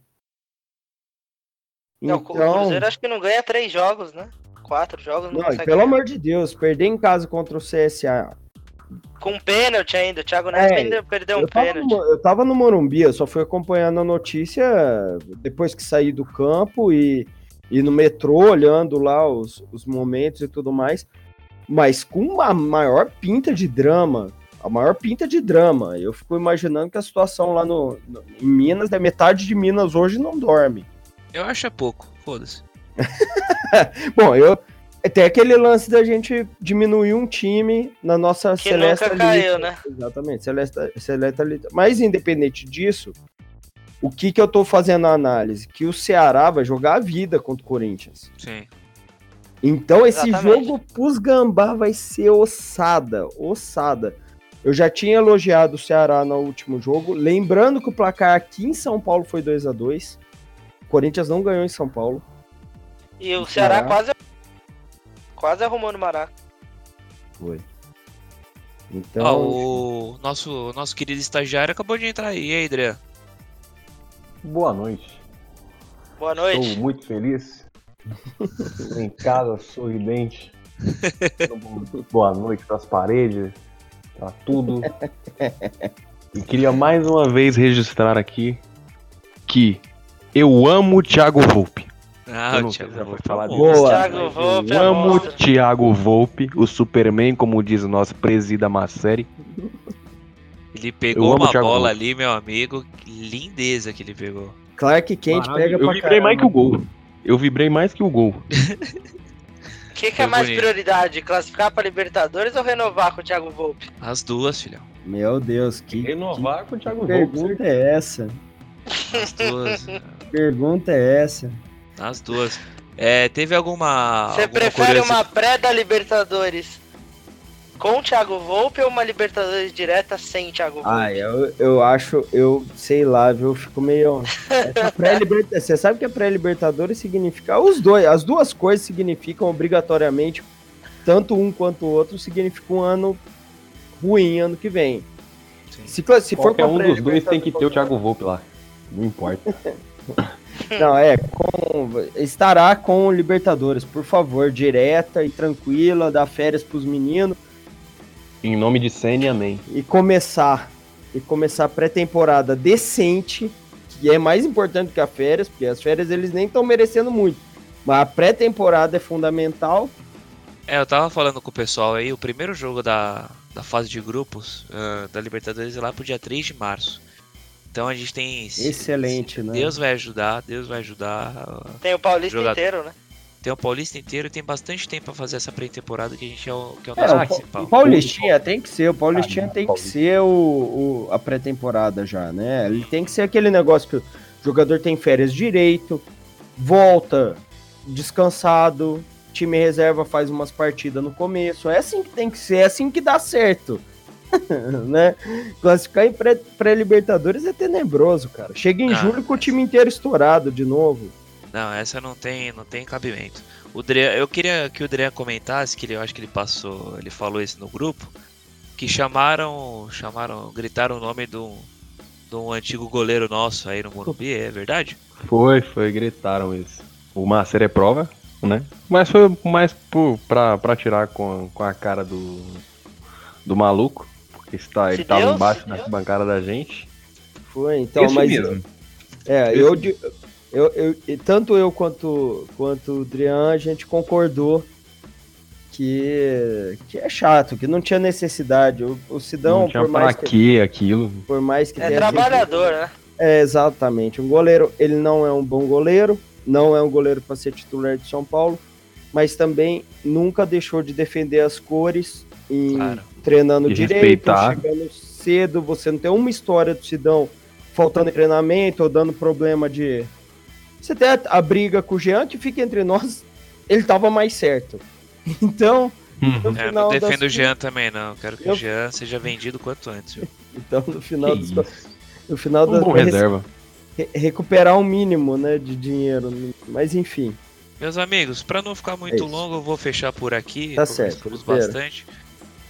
Speaker 3: Não, então, o Cruzeiro acho que não ganha três jogos, né? Quatro jogos não, não
Speaker 4: Pelo ganhar. amor de Deus, perder em casa contra o CSA.
Speaker 3: Com pênalti ainda, o Thiago Neves é, ainda perdeu um pênalti.
Speaker 4: No, eu tava no Morumbi, eu só fui acompanhando a notícia depois que saí do campo e, e no metrô, olhando lá os, os momentos e tudo mais mas com a maior pinta de drama. A maior pinta de drama. Eu fico imaginando que a situação lá no, no em Minas, da metade de Minas hoje não dorme.
Speaker 1: Eu acho é pouco, foda-se.
Speaker 4: Bom, eu tem aquele lance da gente diminuir um time na nossa
Speaker 3: que
Speaker 4: seleta
Speaker 3: nunca caiu, né?
Speaker 4: Exatamente, seleta, seleta lista. Mas independente disso, o que que eu tô fazendo a análise? Que o Ceará vai jogar a vida contra o Corinthians.
Speaker 1: Sim.
Speaker 4: Então esse Exatamente. jogo pros Gambá vai ser ossada, ossada. Eu já tinha elogiado o Ceará no último jogo, lembrando que o placar aqui em São Paulo foi 2 a 2 O Corinthians não ganhou em São Paulo.
Speaker 3: E o Ceará, Ceará quase quase arrumou no Maraca.
Speaker 4: Foi. Então,
Speaker 1: ah, o nosso nosso querido estagiário acabou de entrar aí, aí Adriano.
Speaker 6: Boa noite.
Speaker 3: Boa noite.
Speaker 6: Estou muito feliz
Speaker 3: [laughs]
Speaker 6: em casa, sorridente. Então, Boa noite para as paredes, para tudo. E queria mais uma vez registrar aqui que eu amo o Thiago Volpe.
Speaker 1: Ah, o Thiago
Speaker 6: Volpe. Falar
Speaker 3: Boa. Disso, Thiago Volpe
Speaker 6: eu amo o Thiago Volpe, o Superman, como diz o nosso presida Masseri.
Speaker 1: Ele pegou uma bola Volpe. ali, meu amigo. Que lindeza que ele pegou.
Speaker 4: Clark Kent Maravilha. pega
Speaker 6: eu pra Eu vibrei mais que o gol. Eu vibrei mais que o gol.
Speaker 3: O que, que é mais bonito. prioridade? Classificar para Libertadores ou renovar com o Thiago Volpe?
Speaker 1: As duas, filhão.
Speaker 4: Meu Deus, que.
Speaker 6: Renovar com o Thiago né?
Speaker 4: Volpe. Pergunta é essa.
Speaker 1: As duas.
Speaker 4: pergunta é essa.
Speaker 1: As duas. É, teve alguma.
Speaker 3: Você
Speaker 1: alguma assim.
Speaker 3: prefere curiosidade... uma pré da Libertadores com o Thiago Volpe ou uma Libertadores direta sem Thiago Volpe?
Speaker 4: Ah, eu, eu acho, eu sei lá, viu? Eu fico [laughs] meio. Essa pré-liberta- Você sabe que a pré-libertadores significa. Os dois, as duas coisas significam obrigatoriamente, tanto um quanto o outro, significa um ano ruim ano que vem.
Speaker 1: Sim.
Speaker 4: Se, cla- se for
Speaker 6: Qualquer
Speaker 4: pra tá
Speaker 6: um dos dois tem que ter o
Speaker 4: pré-libertadores-
Speaker 6: Thiago Volpe lá. Não importa.
Speaker 4: Não, é, com, estará com o Libertadores, por favor, direta e tranquila, dá férias pros meninos
Speaker 6: Em nome de Senna, amém.
Speaker 4: e começar e começar a pré-temporada decente, que é mais importante que a férias, porque as férias eles nem estão merecendo muito. Mas a pré-temporada é fundamental.
Speaker 1: É, eu tava falando com o pessoal aí, o primeiro jogo da, da fase de grupos ah, da Libertadores é lá pro dia 3 de março. Então a gente tem. se-
Speaker 4: Excelente, né?
Speaker 1: Deus vai ajudar, Deus vai ajudar.
Speaker 6: Ah.
Speaker 3: Tem o Paulista
Speaker 1: Jogador.
Speaker 3: inteiro, né?
Speaker 1: Tem o Paulista inteiro e tem bastante tempo pra fazer essa pré-temporada que a gente é o, que é o
Speaker 4: É,
Speaker 1: nosso
Speaker 4: o, Pa-
Speaker 1: principal.
Speaker 4: o Paulistinha tem que ser, o Paulistinha
Speaker 6: Ah, não,
Speaker 4: tem que
Speaker 6: Paulista.
Speaker 4: ser o, o- a pré-temporada já, né? Ele tem que ser aquele negócio que o jogador tem férias direito, volta descansado, time reserva faz umas partidas no começo. É assim que tem que ser, é assim que dá certo. [laughs] né? Classificar em pré- pré-libertadores é tenebroso, cara. Chega em
Speaker 1: Ah,
Speaker 4: julho com o time inteiro estourado de novo.
Speaker 1: Não, essa não tem, não tem cabimento. O Drian, eu queria que o Drian comentasse, que ele, eu acho que ele passou, ele falou isso no grupo, que chamaram, chamaram, gritaram o nome de um, de um antigo goleiro nosso aí no Morumbi, é verdade?
Speaker 6: Foi, foi, gritaram isso. O Maceira é prova, né? Mas foi mais por, pra, pra tirar com, com a cara do, do maluco, porque está, ele
Speaker 3: Se
Speaker 6: tava
Speaker 3: Deus,
Speaker 6: embaixo
Speaker 3: se
Speaker 6: na
Speaker 3: Deus.
Speaker 6: bancada da gente.
Speaker 4: Foi, então,
Speaker 6: Esse
Speaker 4: mas.
Speaker 6: mesmo.
Speaker 4: É,
Speaker 6: Esse-
Speaker 4: eu, de- eu, eu- e tanto eu quanto, quanto o Drian, a gente concordou que, que é chato, que não tinha necessidade. O, o Sidão,
Speaker 6: não tinha
Speaker 4: por,
Speaker 6: pra
Speaker 4: mais que,
Speaker 6: que aquilo.
Speaker 4: por mais que
Speaker 3: É
Speaker 4: tenha
Speaker 3: trabalhador, né?
Speaker 4: sido- É, exatamente. Um goleiro, ele não é um bom goleiro, não é um goleiro para ser titular de São Paulo, mas também nunca deixou de defender as cores em
Speaker 1: Claro.
Speaker 4: treinando
Speaker 6: E
Speaker 4: direito,
Speaker 6: respeitar.
Speaker 4: chegando cedo, você não tem uma história do Sidão faltando em treinamento ou dando problema de. Você tem a, a briga com o Jean, que fica entre nós, [laughs] ele tava mais certo. [laughs] Então, no
Speaker 1: É,
Speaker 4: final
Speaker 1: não
Speaker 4: das
Speaker 1: defendo o
Speaker 4: contas-
Speaker 1: Jean também não, quero que
Speaker 4: Eu-
Speaker 1: o Jean seja vendido quanto antes. viu?
Speaker 4: Então, no final das
Speaker 6: Que
Speaker 4: contas-
Speaker 6: isso.
Speaker 4: no final
Speaker 6: Um
Speaker 4: das
Speaker 6: bom
Speaker 4: contas,
Speaker 6: reserva.
Speaker 4: re- recuperar o mínimo, né, de dinheiro. Mas enfim,
Speaker 1: Meus amigos, para não ficar muito
Speaker 4: É isso.
Speaker 1: longo, eu vou fechar por aqui.
Speaker 4: Tá
Speaker 1: conversamos
Speaker 4: certo, Oliveira.
Speaker 1: bastante.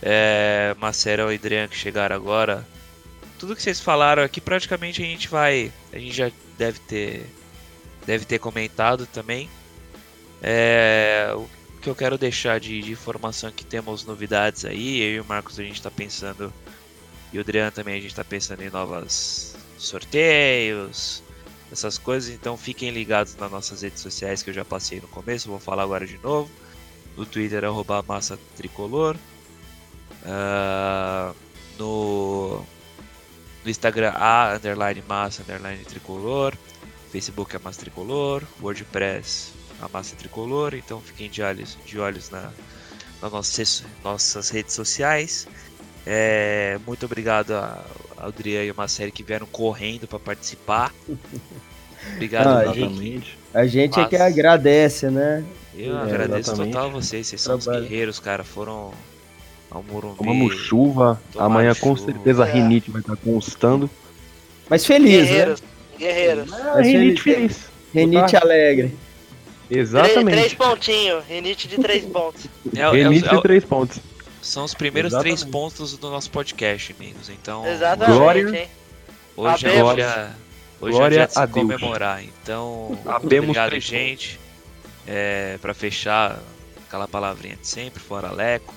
Speaker 1: É, Marcelo e Adriano que chegaram agora. Tudo que vocês falaram aqui, praticamente a gente vai. A gente já deve ter. Deve ter comentado também. É, o que eu quero deixar de, de informação é que temos novidades aí. Eu e o Marcos a gente tá pensando. E o Adriano também a gente tá pensando em novas sorteios essas coisas, então fiquem ligados nas nossas redes sociais que eu já passei no começo, vou falar agora de novo. No Twitter arroba massa tricolor. Ah, no, no Instagram a underline massa underline tricolor. Facebook é massa tricolor. WordPress a massa tricolor. Então fiquem de olhos, de olhos na, nas nossas, nossas redes sociais. É, muito obrigado a- ao Adriano e uma série que vieram correndo para participar. Obrigado,
Speaker 4: Ah,
Speaker 1: Henrique.
Speaker 6: Exatamente.
Speaker 4: a gente é que
Speaker 1: Mas-
Speaker 4: agradece, né?
Speaker 1: Eu
Speaker 4: É,
Speaker 1: agradeço
Speaker 6: exatamente.
Speaker 1: total a vocês, vocês são os
Speaker 4: Trabalho.
Speaker 1: guerreiros, cara. Foram ao Morumbi.
Speaker 6: Tomamos chuva.
Speaker 1: Tomar
Speaker 6: Amanhã com
Speaker 1: chuva.
Speaker 6: certeza a
Speaker 3: É.
Speaker 6: rinite vai estar constando.
Speaker 4: Mas feliz, né?
Speaker 3: Guerreiros. Guerreiros.
Speaker 6: É, A
Speaker 4: rinite
Speaker 6: rinite feliz.
Speaker 4: Renite alegre.
Speaker 3: Três, três
Speaker 6: Exatamente.
Speaker 3: pontinhos. Rinite de
Speaker 6: [laughs]
Speaker 3: três pontos.
Speaker 1: É, é,
Speaker 6: Rinite
Speaker 1: é,
Speaker 6: de três pontos.
Speaker 1: são os primeiros
Speaker 6: Exatamente.
Speaker 1: três pontos do nosso podcast, amigos. Então,
Speaker 3: Exatamente,
Speaker 6: Ah, Glória.
Speaker 3: hein?
Speaker 1: hoje é o
Speaker 3: Abemos.
Speaker 1: dia, hoje é o
Speaker 6: Glória
Speaker 1: dia de se
Speaker 6: a Deus.
Speaker 1: comemorar. Então,
Speaker 6: Abemos
Speaker 1: obrigado,
Speaker 6: três
Speaker 1: gente. É, para fechar, aquela palavrinha de sempre, fora Leco.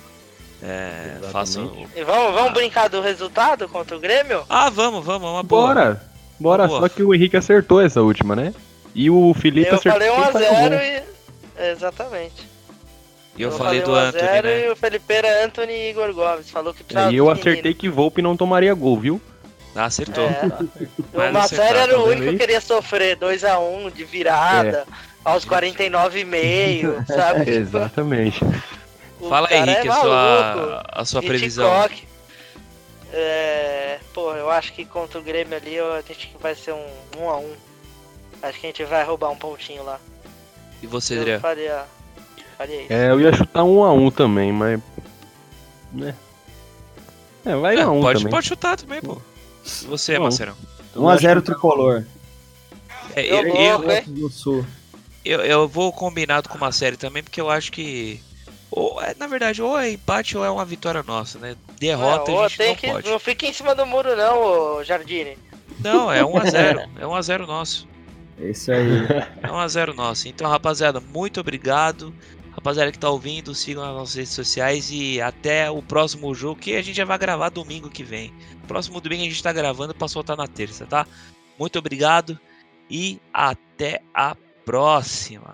Speaker 1: É,
Speaker 6: Exatamente.
Speaker 1: façam
Speaker 3: E vamos, vamos brincar do resultado contra o Grêmio?
Speaker 1: Ah, vamos, vamos, é uma boa. Tá
Speaker 6: Bora! Bora,
Speaker 1: Boa.
Speaker 6: só que o Henrique acertou essa última, né? E o Felipe
Speaker 3: Eu
Speaker 6: acertou.
Speaker 3: falei
Speaker 1: um
Speaker 6: pra caramba.
Speaker 3: 1x0 e. Exatamente.
Speaker 1: E eu, falei do
Speaker 3: 1 a
Speaker 1: Anthony,
Speaker 3: 0
Speaker 1: né?
Speaker 3: E o Felipeira Anthony e Igor Gomes falou que
Speaker 6: É, E eu acertei que Volpe não tomaria gol, viu?
Speaker 1: Ah, acertou.
Speaker 3: É.
Speaker 1: [laughs] Mas
Speaker 3: O Matéria
Speaker 1: acertaram,
Speaker 3: era o
Speaker 6: tá
Speaker 3: único
Speaker 6: vendo aí?
Speaker 3: que queria sofrer 2x1 de
Speaker 1: É.
Speaker 3: virada, aos
Speaker 1: [laughs]
Speaker 3: 49,5, sabe?
Speaker 6: [laughs] Exatamente.
Speaker 3: O
Speaker 1: Fala aí,
Speaker 3: cara
Speaker 1: Henrique,
Speaker 3: é
Speaker 1: a
Speaker 3: maluco.
Speaker 1: sua, a sua previsão.
Speaker 3: Hitchcock. É, pô, eu acho que contra o Grêmio ali eu, a gente vai ser um 1x1. Acho que a gente vai roubar um pontinho lá.
Speaker 1: E você, É
Speaker 3: Eu
Speaker 1: Adriano?
Speaker 3: faria, faria isso.
Speaker 6: É, eu ia chutar um a um também, mas
Speaker 7: né? É, vai
Speaker 1: É,
Speaker 7: dar um
Speaker 1: pode,
Speaker 7: também.
Speaker 1: pode chutar também, pô. E Você, é
Speaker 7: Não.
Speaker 1: Marcelão.
Speaker 7: 1x0
Speaker 4: Então,
Speaker 7: tricolor.
Speaker 1: É,
Speaker 3: Eu
Speaker 1: eu,
Speaker 3: vou,
Speaker 1: eu,
Speaker 3: velho.
Speaker 4: Rio do Sul.
Speaker 1: eu, eu vou combinado com uma série também, porque eu acho que. Ou, é, na verdade, ou é empate ou é uma vitória nossa, né? Derrota
Speaker 3: Não,
Speaker 1: a
Speaker 3: ô,
Speaker 1: gente
Speaker 3: tem
Speaker 1: não
Speaker 3: que- [laughs]
Speaker 1: pode.
Speaker 3: não fica em cima do muro, não, ô Jardine.
Speaker 1: Não, é 1x0. É 1x0 nosso.
Speaker 4: É isso aí.
Speaker 1: É 1x0 nosso. Então, rapaziada, muito obrigado. Rapaziada que tá ouvindo, sigam as nossas redes sociais e até o próximo jogo que a gente já vai gravar domingo que vem. Próximo domingo a gente tá gravando pra soltar na terça, tá? Muito obrigado e até a próxima.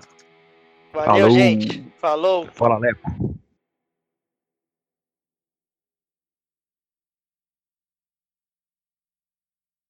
Speaker 3: Valeu,
Speaker 6: Falou.
Speaker 3: gente. Falou.
Speaker 6: Fala, Leco.